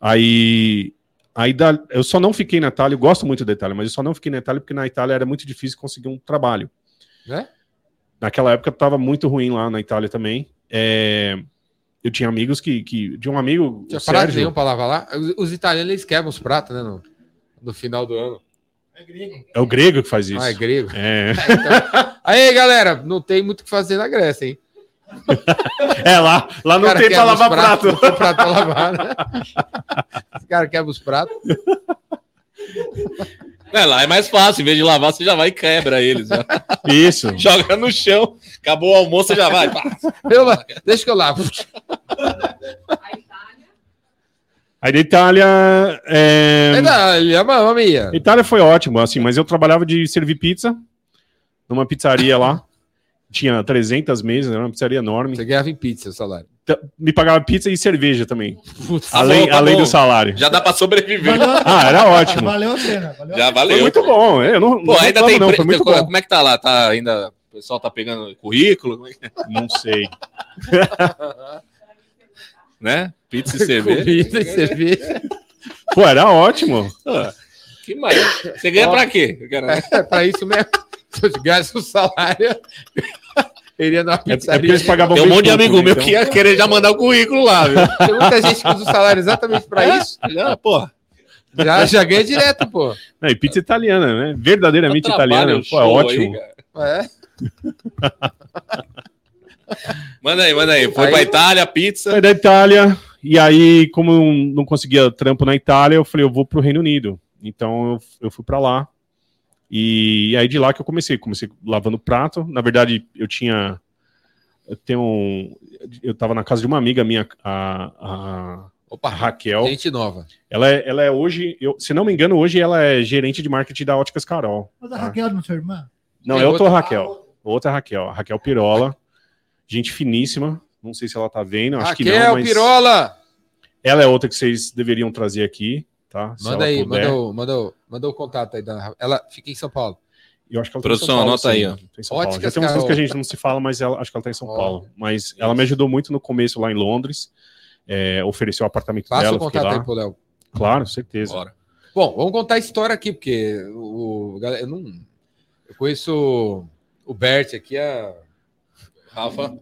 Aí, aí da- eu só não fiquei na Itália, eu gosto muito da Itália, mas eu só não fiquei na Itália porque na Itália era muito difícil conseguir um trabalho. Né? Naquela época estava muito ruim lá na Itália também. É, Eu tinha amigos que. que de um amigo. Tinha O prato nenhum Sérgio, pra lavar lá. Os, os italianos, eles quebram os pratos, né? No, no final do ano. É grego. é o grego que faz isso. Ah, é [LAUGHS] grego. é. É, então. Aí, galera, não tem muito o que fazer na Grécia, hein? É, lá, lá não Cara, tem pra quebra os lavar pratos, prato. Não tem [LAUGHS] prato pra lavar, né? Os caras quebram os pratos. É, lá é mais fácil, em vez de lavar, você já vai e quebra eles. [LAUGHS] já. Isso. Joga no chão, acabou o almoço, você já vai. pá. Eu la- deixa que eu lavo. A Itália, Aí da Itália. é, Aí, não, ele ama, ama, minha. Itália foi ótimo, assim, mas eu trabalhava de servir pizza numa pizzaria lá. Tinha 300 mesas, era uma pizzaria enorme. Você ganhava em pizza o salário. T- Me pagava pizza e cerveja também, Putz, Tá além, bom, tá além bom. do salário. Já dá pra sobreviver. Valeu, Ah, era ótimo. valeu a pena. Valeu. Já Foi valeu. muito bom. é, Eu não, Pô, não ainda reclamo, tem. não, empre- foi muito como, bom. como é que tá lá? Tá ainda. O pessoal tá pegando currículo, Como é que- Não sei. né? [LAUGHS] Pizza e cerveja. Pizza e cerveja. Pô, era ótimo. Que mais? Você ganha pra quê? Eu quero- né? É pra isso mesmo. Se eu ganhasse o salário, [LAUGHS] eu iria na É, é porque pizzaria. eles pagavam Tem um bem monte de pouco, amigo né, meu então. que ia querer já mandar o currículo lá, viu? Tem muita gente que usa o salário exatamente pra isso. Já, pô. Já, já ganha direto, pô. Não, e pizza italiana, né? Verdadeiramente um italiana. Pô, é ótimo. É. manda aí, manda aí. Foi Aí- pra Itália, pizza. Saí da Itália, e aí, como eu não conseguia trampo na Itália, eu falei, eu vou pro Reino Unido. Então eu, eu fui pra lá. E, aí de lá que eu comecei. Comecei lavando prato. Na verdade, eu tinha. Eu tenho um. Eu tava na casa de uma amiga minha, a, a Opa, Raquel. gente nova. Ela é, ela é hoje, eu, se não me engano, hoje ela é gerente de marketing da Óticas Carol. Mas Ah. a Raquel não é sua irmã? Não, Tem é outra outra- Raquel. Outra Raquel, a Raquel Pirola. Gente finíssima. Não sei se ela tá vendo, acho que Raquel não, mas Pirola! ela é outra que vocês deveriam trazer aqui, tá? Se Manda ela aí, puder. manda o, manda, o, manda o contato aí. Da... Ela fica em São Paulo. Eu acho que ela tá em Produção, São Paulo, anota aí, sim. ó. Tá em São Paulo. Já Óticas tem uns anos Carol. que a gente não se fala, mas ela, acho que ela tá em São Ó. Paulo. Mas ela me ajudou muito no começo lá em Londres. É, ofereceu o apartamento Passa o dela, eu fiquei contato aí lá. pro Léo. Claro, certeza. Bora. Bom, vamos contar a história aqui, porque o, o galera- eu não. Eu conheço o Bert aqui há, Rafa.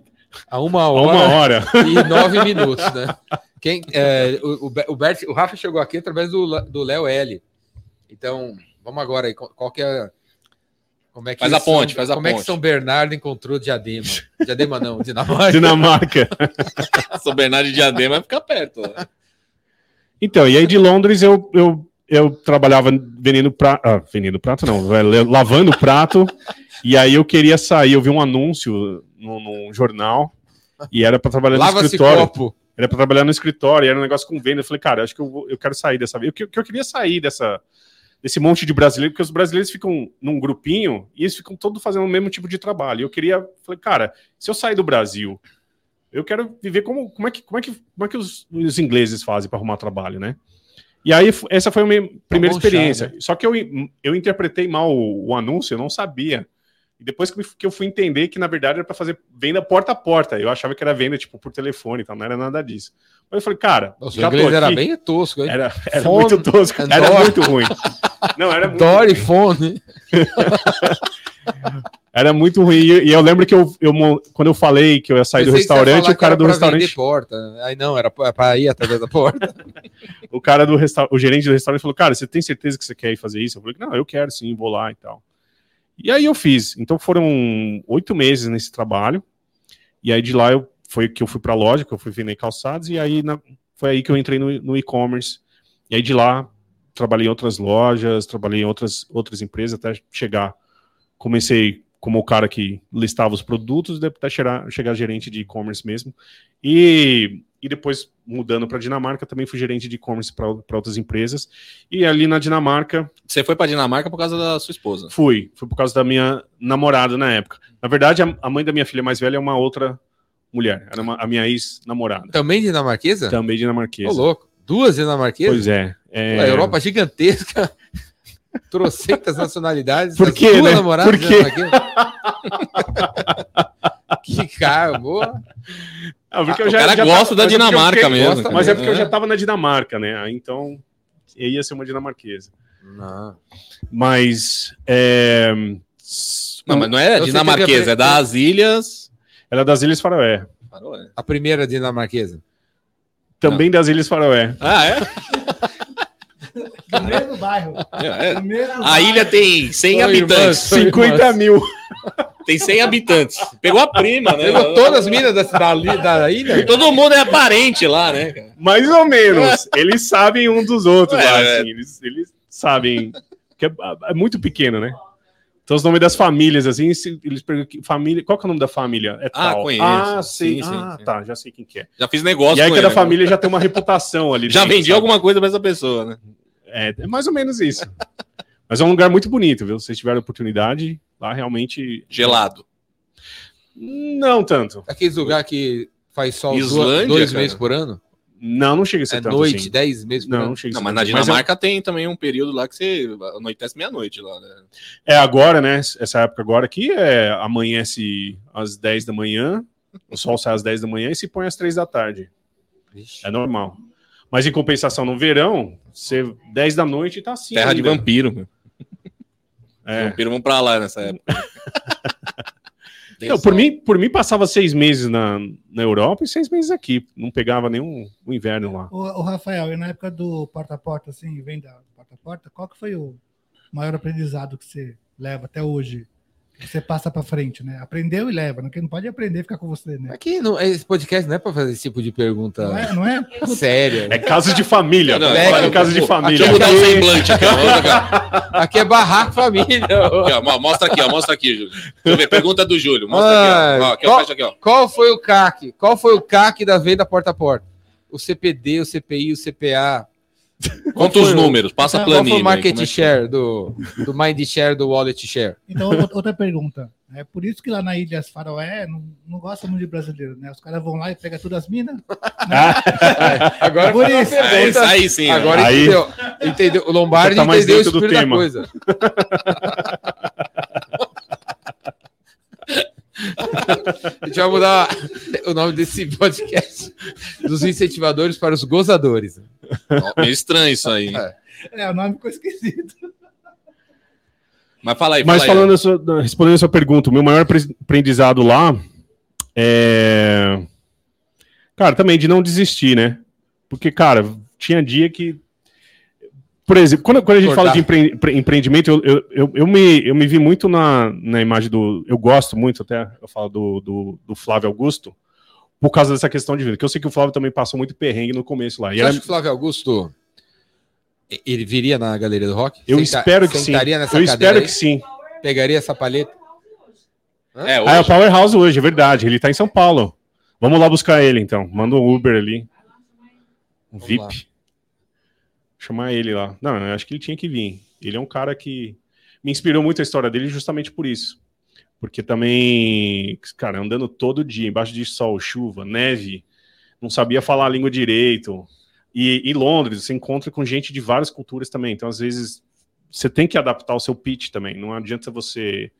há uma Há hora uma hora. e nove minutos, né? Quem, é, o, o Be- o Bert, o Rafa chegou aqui através do La- do Léo L. Então, vamos agora aí. Qual, qual que é. Como é que Faz a São- ponte, faz a Como é que ponte. São Bernardo encontrou Diadema? Diadema não, [LAUGHS] Dinamarca. Dinamarca. São Bernardo de Diadema vai ficar perto. né? Então, e aí de Londres eu, eu, eu trabalhava vendendo prato. Ah, vendendo prato não, vai, le- lavando prato. e aí eu queria sair, eu vi um anúncio no, num jornal. E era pra trabalhar no Lava-se escritório. copo. Era pra trabalhar no escritório, e era um negócio com venda. Eu falei, cara, acho que eu, vou- eu quero sair dessa vez. Eu, que que eu queria sair dessa, desse monte de brasileiro, porque os brasileiros ficam num grupinho e eles ficam todos fazendo o mesmo tipo de trabalho. E eu queria, falei, cara, se eu sair do Brasil, eu quero viver como, como, é, que, como, é, que, como é que os, os ingleses fazem para arrumar trabalho, né? E aí, f- essa foi a minha primeira bom chá, experiência. Só que eu, eu interpretei mal o, o anúncio, eu não sabia. E depois que eu fui- que eu fui entender que, na verdade, era para fazer venda porta a porta. Eu achava que era venda, tipo, por telefone e tal, não era nada disso. Mas eu falei, cara, Nossa, o já tô inglês era aqui. bem É tosco. Hein? Era, era Fone, muito tosco, and era door. muito ruim. Não, era muito Dory Fone. Era muito ruim. E e eu lembro que eu, eu mon- quando eu falei que eu ia sair do Pensei que você ia Tá restaurante, falar o cara que do era pra vender restaurante, Porta. né? Aí não, era pra pra ir através da [LAUGHS] porta. o cara do resta- o gerente do restaurante falou: "Cara, você tem certeza que você quer ir fazer isso?" Eu falei: "Não, eu quero sim, vou lá e tal". E aí eu fiz. Então foram oito meses nesse trabalho. E aí de lá eu foi que eu fui para loja, que eu fui vender calçados e aí na- foi aí que eu entrei no, no e-commerce. E aí de lá trabalhei em outras lojas, trabalhei em outras outras empresas até chegar comecei como o cara que listava os produtos, até chegar, chegar gerente de e-commerce mesmo. E, e depois, mudando para Dinamarca, também fui gerente de e-commerce para outras empresas. E ali na Dinamarca, Você foi pra Dinamarca por causa da sua esposa. fui. Fui por causa da minha namorada na época. Na verdade, a, a mãe da minha filha mais velha é uma outra mulher. Era uma- a minha ex-namorada. Também Tá. dinamarquesa? Também Ô, dinamarquesa. louco. Duas dinamarquesas? pois é. é... A Europa gigantesca. [LAUGHS] Trocentas nacionalidades. Por as quê, duas né? namoradas Por quê? dinamarquesas. [LAUGHS] que cara, boa. Ah, porque Ah, o cara tava- gosta da mas é porque eu Dinamarca fiquei- mesmo, gosta- mas cara. é porque eu É. já estava na Dinamarca, né? Aí, Então, eu ia ser uma dinamarquesa. Não. Mas. é, s- Não, mas não é Eu sei que dinamarquesa, eu- é das Ilhas. Ela é das Ilhas Faroé. Parou, né? A primeira dinamarquesa. Também das Ilhas Faroé. Ah, é? No mesmo bairro. É, é. No mesmo A ilha tem 100 São irmãs, habitantes. são 50 irmãs. mil. Tem 100 habitantes. Pegou a prima, né? Pegou todas as minas da, da, li- da ilha? Todo mundo é parente lá, né? cara? Mais ou [LAUGHS] menos. Eles sabem um dos outros lá, É, é. assim. Eles, eles sabem. Porque é, é muito pequeno, né? Então, os nomes das famílias, assim, se- eles perguntam que família. Qual que é o nome da família? É Ah, tal. conheço. Ah, sei. Sim, sim, ah, sim. tá, já sei quem que é. Já fiz negócio e aí com cada ele, né? família já tem uma reputação ali. Já dentro, vendi sabe? alguma coisa pra essa pessoa, né? É, é mais ou menos isso. Mas é um lugar muito bonito, viu? Se vocês tiverem oportunidade, lá realmente. Gelado. Não tanto. Aqueles lugares que faz sol duas- Islândia, dois cara. meses por ano? Não, não chega a ser É tanto noite, assim. dez meses por Não, ano? não chega a ser né? Não, mas na tanto. assim. é Dinamarca tem também um período lá que você anoitece meia-noite lá, né? É agora, né? Essa época agora aqui é amanhece às 10 da manhã, o sol sai às 10 da manhã e se põe às 3 da tarde. É normal. Mas em compensação, no verão, você 10 da noite tá assim. Terra de ainda. vampiro, meu. É. Vampiro vão pra lá nessa época. Não, por, mim, por mim, passava seis meses na, na Europa e seis meses aqui. Não pegava nenhum o inverno lá. O, Rafael, e na época do porta a porta, assim, venda porta a porta, qual que foi o maior aprendizado que você leva até hoje? Que você passa pra frente, né? Aprendeu e leva, né? Quem não pode aprender fica com você, né? Aqui não, esse podcast não é pra fazer esse tipo de pergunta Não é? Não é? séria. É casa de família. Não, Não, não, é, é, casa pô, de família. Deixa eu mudar o semblante aqui, ó. Outra cara. Aqui é barrar a família. Aqui, ó, mo- mostra aqui, ó, mostra aqui, Júlio. Deixa eu ver, pergunta do Júlio. Mostra aqui, ó. Ó, aqui, ó, Qual- fecha aqui, ó. Qual foi o CAC? Qual foi o CAC da venda porta a porta? O CPD, o CPI, o CPA. Conta os números, passa a Qual foi planilha. é o market share do, do mind share, do wallet [LAUGHS] share? Então, ou- outra pergunta. É por isso que lá na Ilhas Faroé não, não gosta muito de brasileiro, né? Os caras vão lá e pegam todas as minas. [LAUGHS] Agora Por foi uma isso. É, isso pergunta. aí sim. Agora Aí- entendeu, entendeu. O Lombardi Tá mais entendeu o dentro do espírito da tema. coisa. [LAUGHS] A gente vai mudar o nome desse podcast dos incentivadores para os gozadores. ó, meio estranho isso aí. hein? É, o nome ficou esquisito. Mas fala aí, fala Mas aí. falando, a sua- da- respondendo a sua pergunta, o meu maior apre- aprendizado lá é. Cara, também de não desistir, né? Porque, cara, tinha dia que. Por exemplo, quando, quando a gente Acordar. fala de empre- empre- empreendimento, eu, eu, eu, eu me, eu me vi muito na, na imagem do. Eu gosto muito, até eu falo do, do, do Flávio Augusto, por causa dessa questão de vida. Que eu sei que o Flávio também passou muito perrengue no começo lá. E Você era- acha que o Flávio Augusto e- ele viria na galeria do rock? eu espero que sim. sentaria Nessa Eu cadeira espero aí? que sim. Pegaria essa palheta? É, hoje, Ah, é o Powerhouse hoje, é verdade. Ele tá em São Paulo. Vamos lá buscar ele, então. Manda um Uber ali. Um Vamos VIP. lá. Chamar ele lá. Não, eu acho que ele tinha que vir. Ele é um cara que me inspirou muito a história dele justamente por isso. Porque também, cara, andando todo dia, embaixo de sol, chuva, neve, não sabia falar a língua direito. E, e Londres, você encontra com gente de várias culturas também. Então, às vezes, você tem que adaptar o seu pitch também. Não adianta você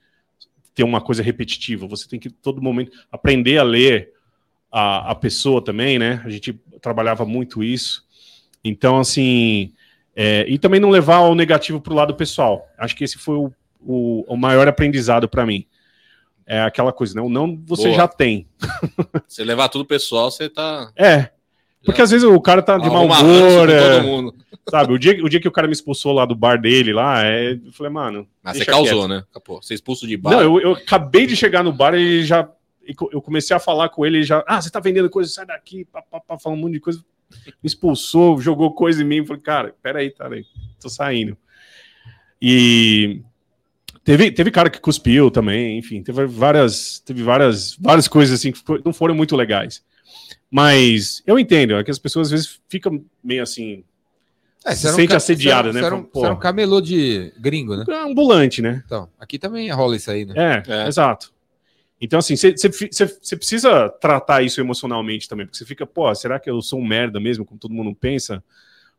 ter uma coisa repetitiva. Você tem que, todo momento, aprender a ler a, a pessoa também, né? A gente trabalhava muito isso. Então, assim. é, e também não levar o negativo para o lado pessoal. Acho que esse foi o, o, o maior aprendizado para mim. É aquela coisa, né? O não você Boa. já tem. você levar tudo pessoal, você tá. É. Porque às vezes o cara tá de mau arruma ranço humor, com é, todo mundo. sabe? O dia, o dia que o cara me expulsou lá do bar dele, lá, é, eu falei, mano. Mas você deixa causou, né? Pô, você expulso de bar. Não, eu, eu acabei de chegar no bar e ele já. e co- Eu comecei a falar com ele, ele já. Ah, você tá vendendo coisa, sai daqui, pá, pá, pá, falando um monte de coisa. Me expulsou, jogou coisa em mim. eu Falei, cara, peraí, peraí, tô saindo. E. Teve, teve cara que cuspiu também, enfim, teve várias, teve várias, várias coisas assim que ficou- não foram muito legais. Mas eu entendo, é que as pessoas às vezes ficam meio assim, É, Se você era sente ca- assediado, você era- né? Você era, um, Pô. você era um camelô de gringo, né? ambulante, né? Então, aqui também rola isso aí, né? É, É. exato. Então, assim, você precisa tratar isso emocionalmente também, porque você fica, pô, será que eu sou um merda mesmo, como todo mundo pensa?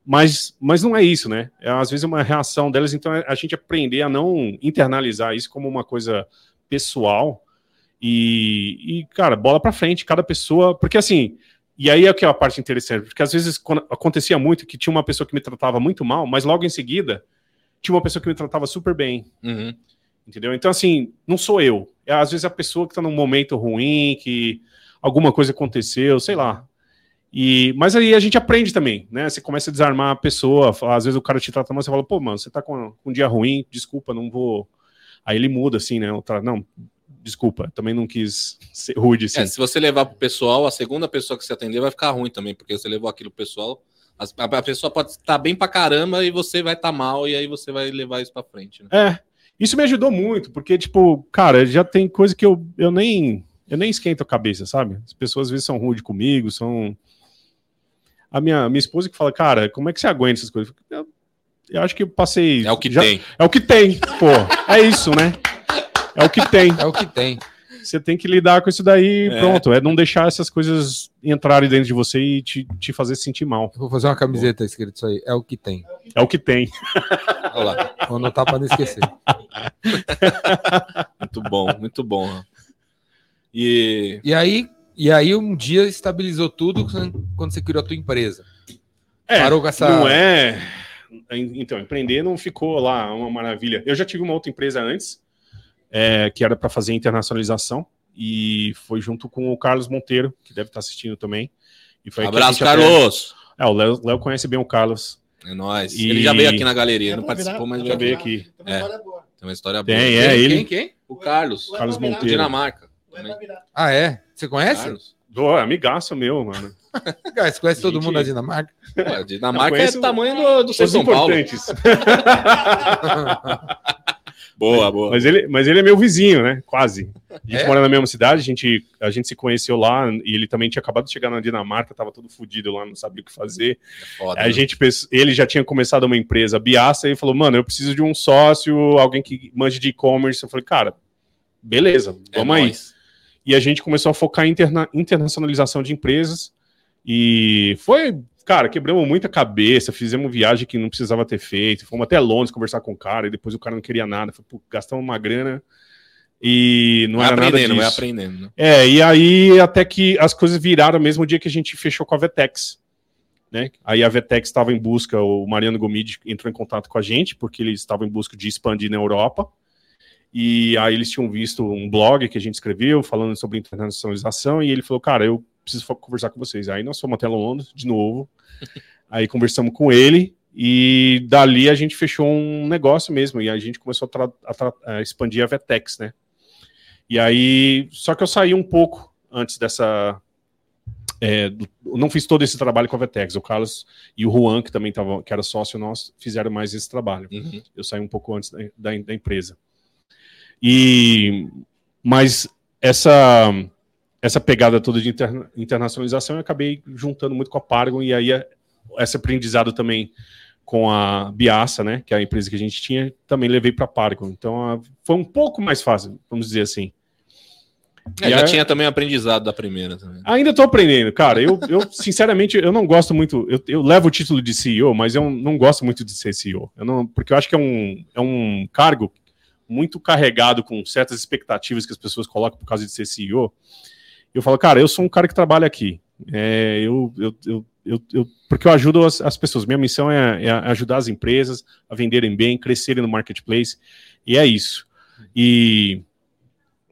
Mas, mas não é isso, né? É, às vezes é uma reação delas, então é a gente aprender a não internalizar isso como uma coisa pessoal e, e, cara, bola pra frente, cada pessoa. Porque assim, e aí é que é a parte interessante, porque às vezes quando- acontecia muito que tinha uma pessoa que me tratava muito mal, mas logo em seguida tinha uma pessoa que me tratava super bem. Uhum. Entendeu? Então, assim, não sou eu. É, às vezes a pessoa que tá num momento ruim, que alguma coisa aconteceu, sei lá. E, mas aí a gente aprende também, né? Você começa a desarmar a pessoa, fala- às vezes o cara te trata mal, você fala, pô, mano, você tá com, com um dia ruim, desculpa, não vou. Aí ele muda, assim, né? Outra, não, desculpa, também não quis [LAUGHS] ser rude, assim. É, se você levar pro pessoal, a segunda pessoa que você atender vai ficar ruim também, porque você levou aquilo pro pessoal. as- A, a pessoa pode estar bem pra caramba e você vai estar mal, e aí você vai levar isso pra frente, né? É, isso me ajudou muito, porque, tipo, cara, já tem coisa que eu, eu nem eu nem esquento a cabeça, sabe? As pessoas às vezes são rudes comigo, são. A minha, minha esposa que fala, cara, como é que você aguenta essas coisas? Eu, eu acho que eu passei. É o que já- tem. É o que tem, pô. É isso, né? É o que tem. É o que tem. Você tem que lidar com isso daí, É. pronto. É não deixar essas coisas entrarem dentro de você e te, te fazer sentir mal. Eu vou fazer uma camiseta escrito isso aí. É o que tem. É o que tem. Olha lá. Vou anotar pra não esquecer. Muito bom, muito bom. Rafa. E E aí, e aí um dia estabilizou tudo quando você criou a tua empresa. É, Parou com essa. Não é. Então, empreender não ficou lá uma maravilha. Eu já tive uma outra empresa antes, é, que era para fazer internacionalização, e foi junto com o Carlos Monteiro, que deve estar assistindo também. E foi aí que a abraço, gente até- Carlos! É, o Léo Léo conhece bem o Carlos. É nóis. E- Ele já veio aqui na galeria, É não pra participou, virar- mas é já pra veio veio virar- aqui. aqui. Então, Tem uma É. história boa. Tem uma história boa. Tem, é ele. Quem, quem? O Carlos, Ué, Carlos pra virar- Monteiro. Dinamarca. Ué, pra virar. Ah, é? Você conhece? Carlos? Do amigaço meu, mano. Cara, você conhece todo Gente. mundo da Dinamarca? Ué, Dinamarca Eu é conheço o tamanho do, do seu Os São Paulo. importantes. [LAUGHS] Boa, boa. Mas ele, mas ele é meu vizinho, né? Quase. A gente É? mora na mesma cidade, a gente, a gente se conheceu lá e ele também tinha acabado de chegar na Dinamarca, tava todo fudido lá, não sabia o que fazer. Foda, A né? gente, pens- ele já tinha começado uma empresa, a Biaça, e ele falou, mano, eu preciso de um sócio, alguém que manje de e-commerce. Eu falei, cara, beleza, É vamos aí. nóis. E a gente começou a focar em interna internacionalização de empresas. E foi, cara, quebramos muita cabeça, fizemos viagem que não precisava ter feito, fomos até Londres conversar com o cara, e depois o cara não queria nada, foi, pô, gastamos uma grana e não Vai era nada aprendendo, disso. vai aprendendo. né? É, e aí até que as coisas viraram mesmo dia que a gente fechou com a Vetex. Né? Aí a Vetex estava em busca, o Mariano Gomide entrou em contato com a gente, porque eles estavam em busca de expandir na Europa. E aí eles tinham visto um blog que a gente escreveu falando sobre internacionalização, e ele falou, cara, eu preciso fo- conversar com vocês. Aí nós fomos até Londres de novo. aí conversamos com ele, e dali a gente fechou um negócio mesmo, e a gente começou a tra- a tra- a expandir a Vetex, né? E aí, só que eu saí um pouco antes dessa. é, do- eu não fiz todo esse trabalho com a Vetex. O Carlos e o Juan, que também tava, que era sócio nosso, fizeram mais esse trabalho. Uhum. Eu saí um pouco antes da, da- da empresa. E mas essa essa pegada toda de interna- internacionalização eu acabei juntando muito com a Paragon e aí é- esse aprendizado também com a Biaça, né, que é a empresa que a gente tinha, também levei para a Paragon. Então a- foi um pouco mais fácil, vamos dizer assim. É, E já aí- tinha também aprendizado da primeira também. Ainda tô aprendendo, cara. Eu, eu, sinceramente, eu não gosto muito. Eu, eu levo o título de CEO, mas eu não gosto muito de ser CEO. Eu não, porque eu acho que é um, é um cargo muito carregado com certas expectativas que as pessoas colocam por causa de ser CEO. Eu falo, cara, eu sou um cara que trabalha aqui. É, eu, eu, eu, eu, eu- porque eu ajudo as, as pessoas. Minha missão é, é ajudar as empresas a venderem bem, crescerem no marketplace. E é isso. E,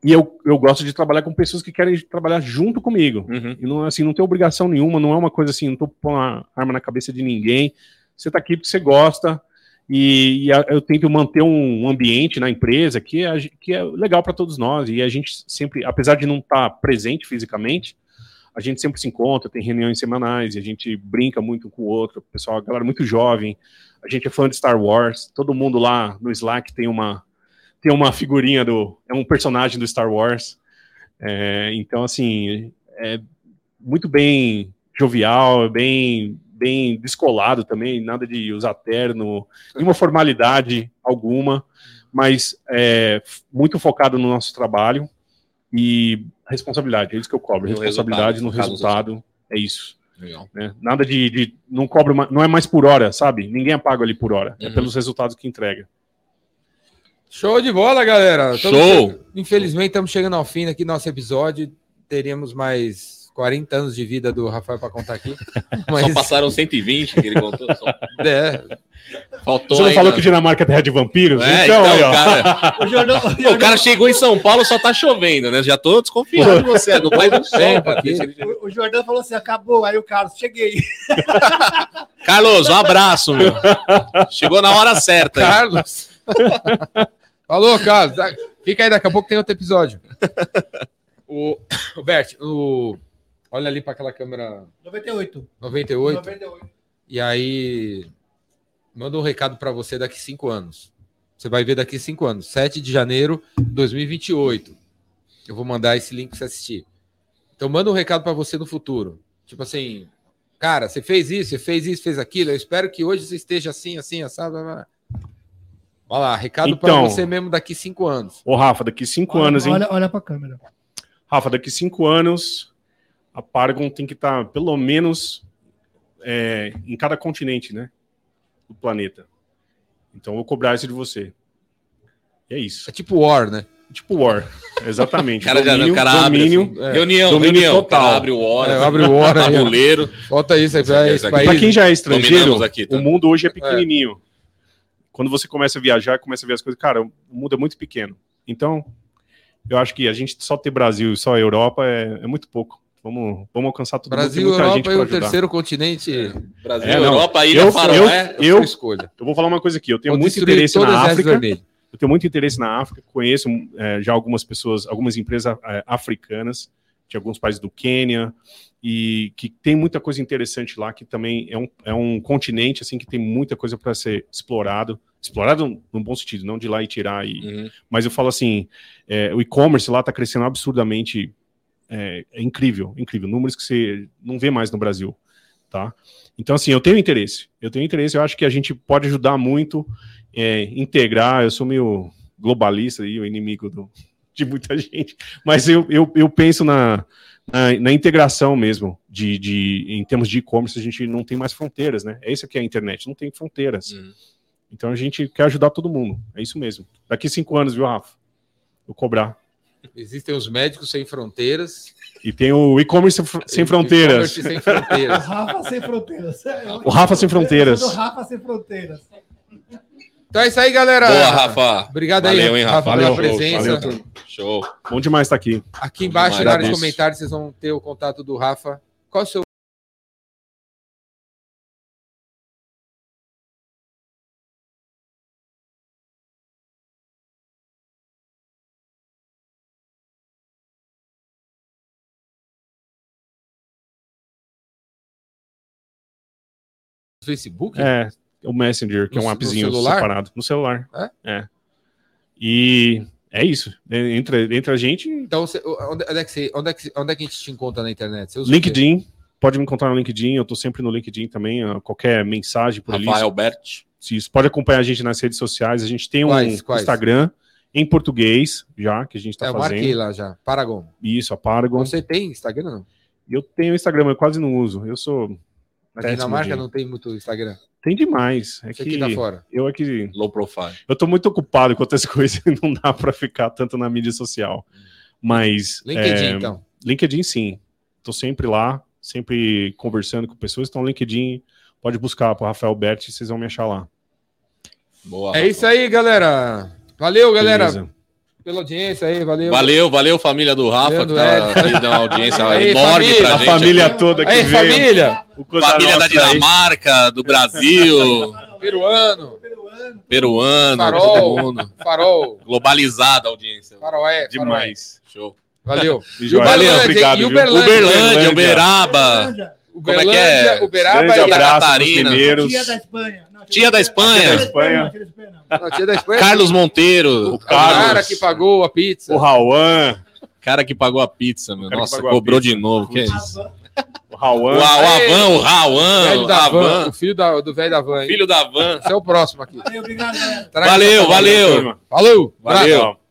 e eu, eu gosto de trabalhar com pessoas que querem trabalhar junto comigo. Uhum. E não, assim, não tem obrigação nenhuma, não é uma coisa assim, não tô pondo uma arma na cabeça de ninguém. Você tá aqui porque você gosta. E, e a- eu tento manter um ambiente na empresa que é, que é legal para todos nós. E a gente sempre, apesar de não estar presente fisicamente, a gente sempre se encontra, tem reuniões semanais, e a gente brinca muito um com o outro. O pessoal, a galera é muito jovem, a gente é fã de Star Wars, todo mundo lá no Slack tem uma, tem uma figurinha do. é um personagem do Star Wars. É, então, assim, é muito bem jovial, é bem bem descolado também, nada de usar terno, nenhuma formalidade alguma, mas é, f- muito focado no nosso trabalho e responsabilidade, é isso que eu cobro, No responsabilidade resultado, no focado nos resultado, é isso. Legal. né? Nada de, de- não cobro, ma- não é mais por hora, sabe? Ninguém é pago ali por hora, é Uhum. pelos resultados que entrega. Show de bola, galera. Tamo Show! che- Infelizmente, estamos chegando ao fim aqui do nosso episódio. Teríamos mais 40 anos de vida do Rafael para contar [LAUGHS] aqui. Mas, Só passaram 120 que ele contou. só. é, Faltou Você não aí, falou né? que Dinamarca é terra de vampiros? É, então, então, aí, ó. cara, [LAUGHS] O Jordão, o o cara chegou em São Paulo só tá chovendo, né? Já tô desconfiado de você. Não faz um sol, cara. Deixa ele- Jordão- o Jordão falou assim: acabou. Aí o Carlos, cheguei. Carlos, um abraço, meu. Chegou na hora certa. hein? Carlos. [LAUGHS] Falou, Carlos. Tá- Fica aí, daqui a pouco tem outro [LAUGHS] episódio. O, o Bert, o, olha ali para aquela câmera 98. 98. 98. E aí, manda um recado para você daqui cinco anos. Você vai ver daqui cinco anos, 7 de janeiro de 2028. Eu vou mandar esse link para você assistir. Então, manda um recado para você no futuro. Tipo assim, cara, você fez isso, você fez isso, fez aquilo. Eu espero que hoje você esteja assim, assim, assado. blá, blá. Olha lá, recado para Então. você mesmo daqui cinco anos. Ô, Rafa, daqui cinco olha, anos, hein? Olha, olha pra câmera. Rafa, daqui cinco anos, a Paragon tem que estar, pelo menos, é, em cada continente, né? Do planeta. Então, eu vou cobrar isso de você. E é isso. É tipo War, né? Tipo War. Exatamente. [LAUGHS] O cara, já, o Domínio- cara abre. domínio. assim, Reunião, domínio reunião. O cara total. abre o né? hora, É, abre o hora aí, ó. tabuleiro. Falta isso aí para esse Pra Pra país. quem já é estrangeiro, Dominamos aqui, tá? o mundo hoje é pequenininho. Quando você começa a viajar, começa a ver as coisas, cara, o mundo é muito pequeno. Então, eu acho que a gente só ter Brasil e só Europa é, é muito pouco. Vamos, vamos alcançar todo Brasil, mundo. Tem Europa muita gente é pra o ajudar. terceiro continente. Brasil, É, não. Europa, Ilha Eu- Farol, é. Eu, Eu, escolha. eu vou falar uma coisa aqui. Eu tenho Vou muito destruir interesse todas na as África. vermelhas. Eu tenho muito interesse na África. Conheço eh, já algumas pessoas, algumas empresas eh, africanas de alguns países do Quênia e que tem muita coisa interessante lá, que também é um, é um continente assim que tem muita coisa para ser explorado. Explorado no bom sentido, não de ir lá e tirar e Uhum. mas eu falo assim, é, o e-commerce lá está crescendo absurdamente, é, é incrível, incrível, números que você não vê mais no Brasil, tá? Então assim, eu tenho interesse, eu tenho interesse, eu acho que a gente pode ajudar muito, é, integrar, eu sou meio globalista e o inimigo do- de muita gente, mas eu, eu, eu penso na, na, na integração mesmo, de, de, em termos de e-commerce, a gente não tem mais fronteiras, né? É isso que é a internet, não tem fronteiras. Uhum. Então a gente quer ajudar todo mundo. É isso mesmo. Daqui cinco anos, viu, Rafa? Vou cobrar. Existem os médicos sem fronteiras. E tem o e-commerce sem fr- sem E- fronteiras. e-commerce Sem fronteiras. Rafa Sem Fronteiras. [LAUGHS] O Rafa Sem Fronteiras. Eu sou do Rafa Sem Fronteiras. Então é isso aí, galera. Boa, Rafa. Obrigado Valeu, aí, hein, Rafa, Rafa. pela Valeu, presença. valeu, turma. Show. Bom demais estar aqui. Aqui embaixo, Valeu, lá nos abraço. comentários, vocês vão ter o contato do Rafa. Qual é o seu Facebook? É, o Messenger, que é No ce- um no appzinho celular? separado. No celular. É? E é isso. Entre, entre a gente, Então, você- onde, onde é que você- onde é que- onde é que a gente te encontra na internet? Você usa o quê? LinkedIn. Pode me encontrar no LinkedIn. Eu tô sempre no LinkedIn também. ah, Qualquer mensagem por ali. Rafael Bert. se isso. Pode acompanhar a gente nas redes sociais. A gente tem um Quais, quais? Instagram em português, já, que a gente É, está eu tá fazendo. marquei lá já. Paragon. Isso, a Paragon. Você tem Instagram não? E eu tenho Instagram, eu quase não uso. Eu sou. Na Péssimo Dinamarca dia. não tem muito Instagram. Tem demais. É Você que que tá fora. eu é que. Low profile. Eu tô muito ocupado com outras [LAUGHS] coisas e não dá pra ficar tanto na mídia social. Mas. LinkedIn, é, então. LinkedIn, sim. Tô sempre lá, sempre conversando com pessoas. Então, LinkedIn, pode buscar pro Rafael Berti, vocês vão me achar lá. Boa. É isso aí, galera. Valeu, galera, Beleza? pela audiência aí. Valeu. Valeu, valeu, família do Rafa, que Leandro, tá aqui dando uma [LAUGHS] audiência Aí, enorme família. pra A gente. família toda que Aí, veio. família. o coisa Família da nossa tá aí. Dinamarca, do Brasil, [LAUGHS] Peruano. peruano, Farol. todo mundo. Farol. Globalizada a audiência. Farol é. Demais. Show. Valeu. Joia. Uberlândia, Valeu, obrigado. e viu? Uberlândia. Uberlândia, Uberaba, é que Uberlândia, é? Uberaba e Grande Santa abraço pros Catarina. mineiros. Tia da Espanha. Não, Tia da Espanha. Espanha. Tia da Espanha, não. Não, tinha da Espanha. Carlos Monteiro, o O cara Carlos. que pagou a pizza. O Rauan, cara que pagou a pizza, meu. cara que Nossa, pagou a cobrou pizza. de novo. Que é isso? o O, Rauan. o Avan, o Rauan, velho o da van, Avan, o filho da- do velho da van. hein? filho da Van. Esse é o próximo aqui. Valeu, obrigado, né? galera. Traga Valeu, essa- valeu. Falou. Valeu. Valeu.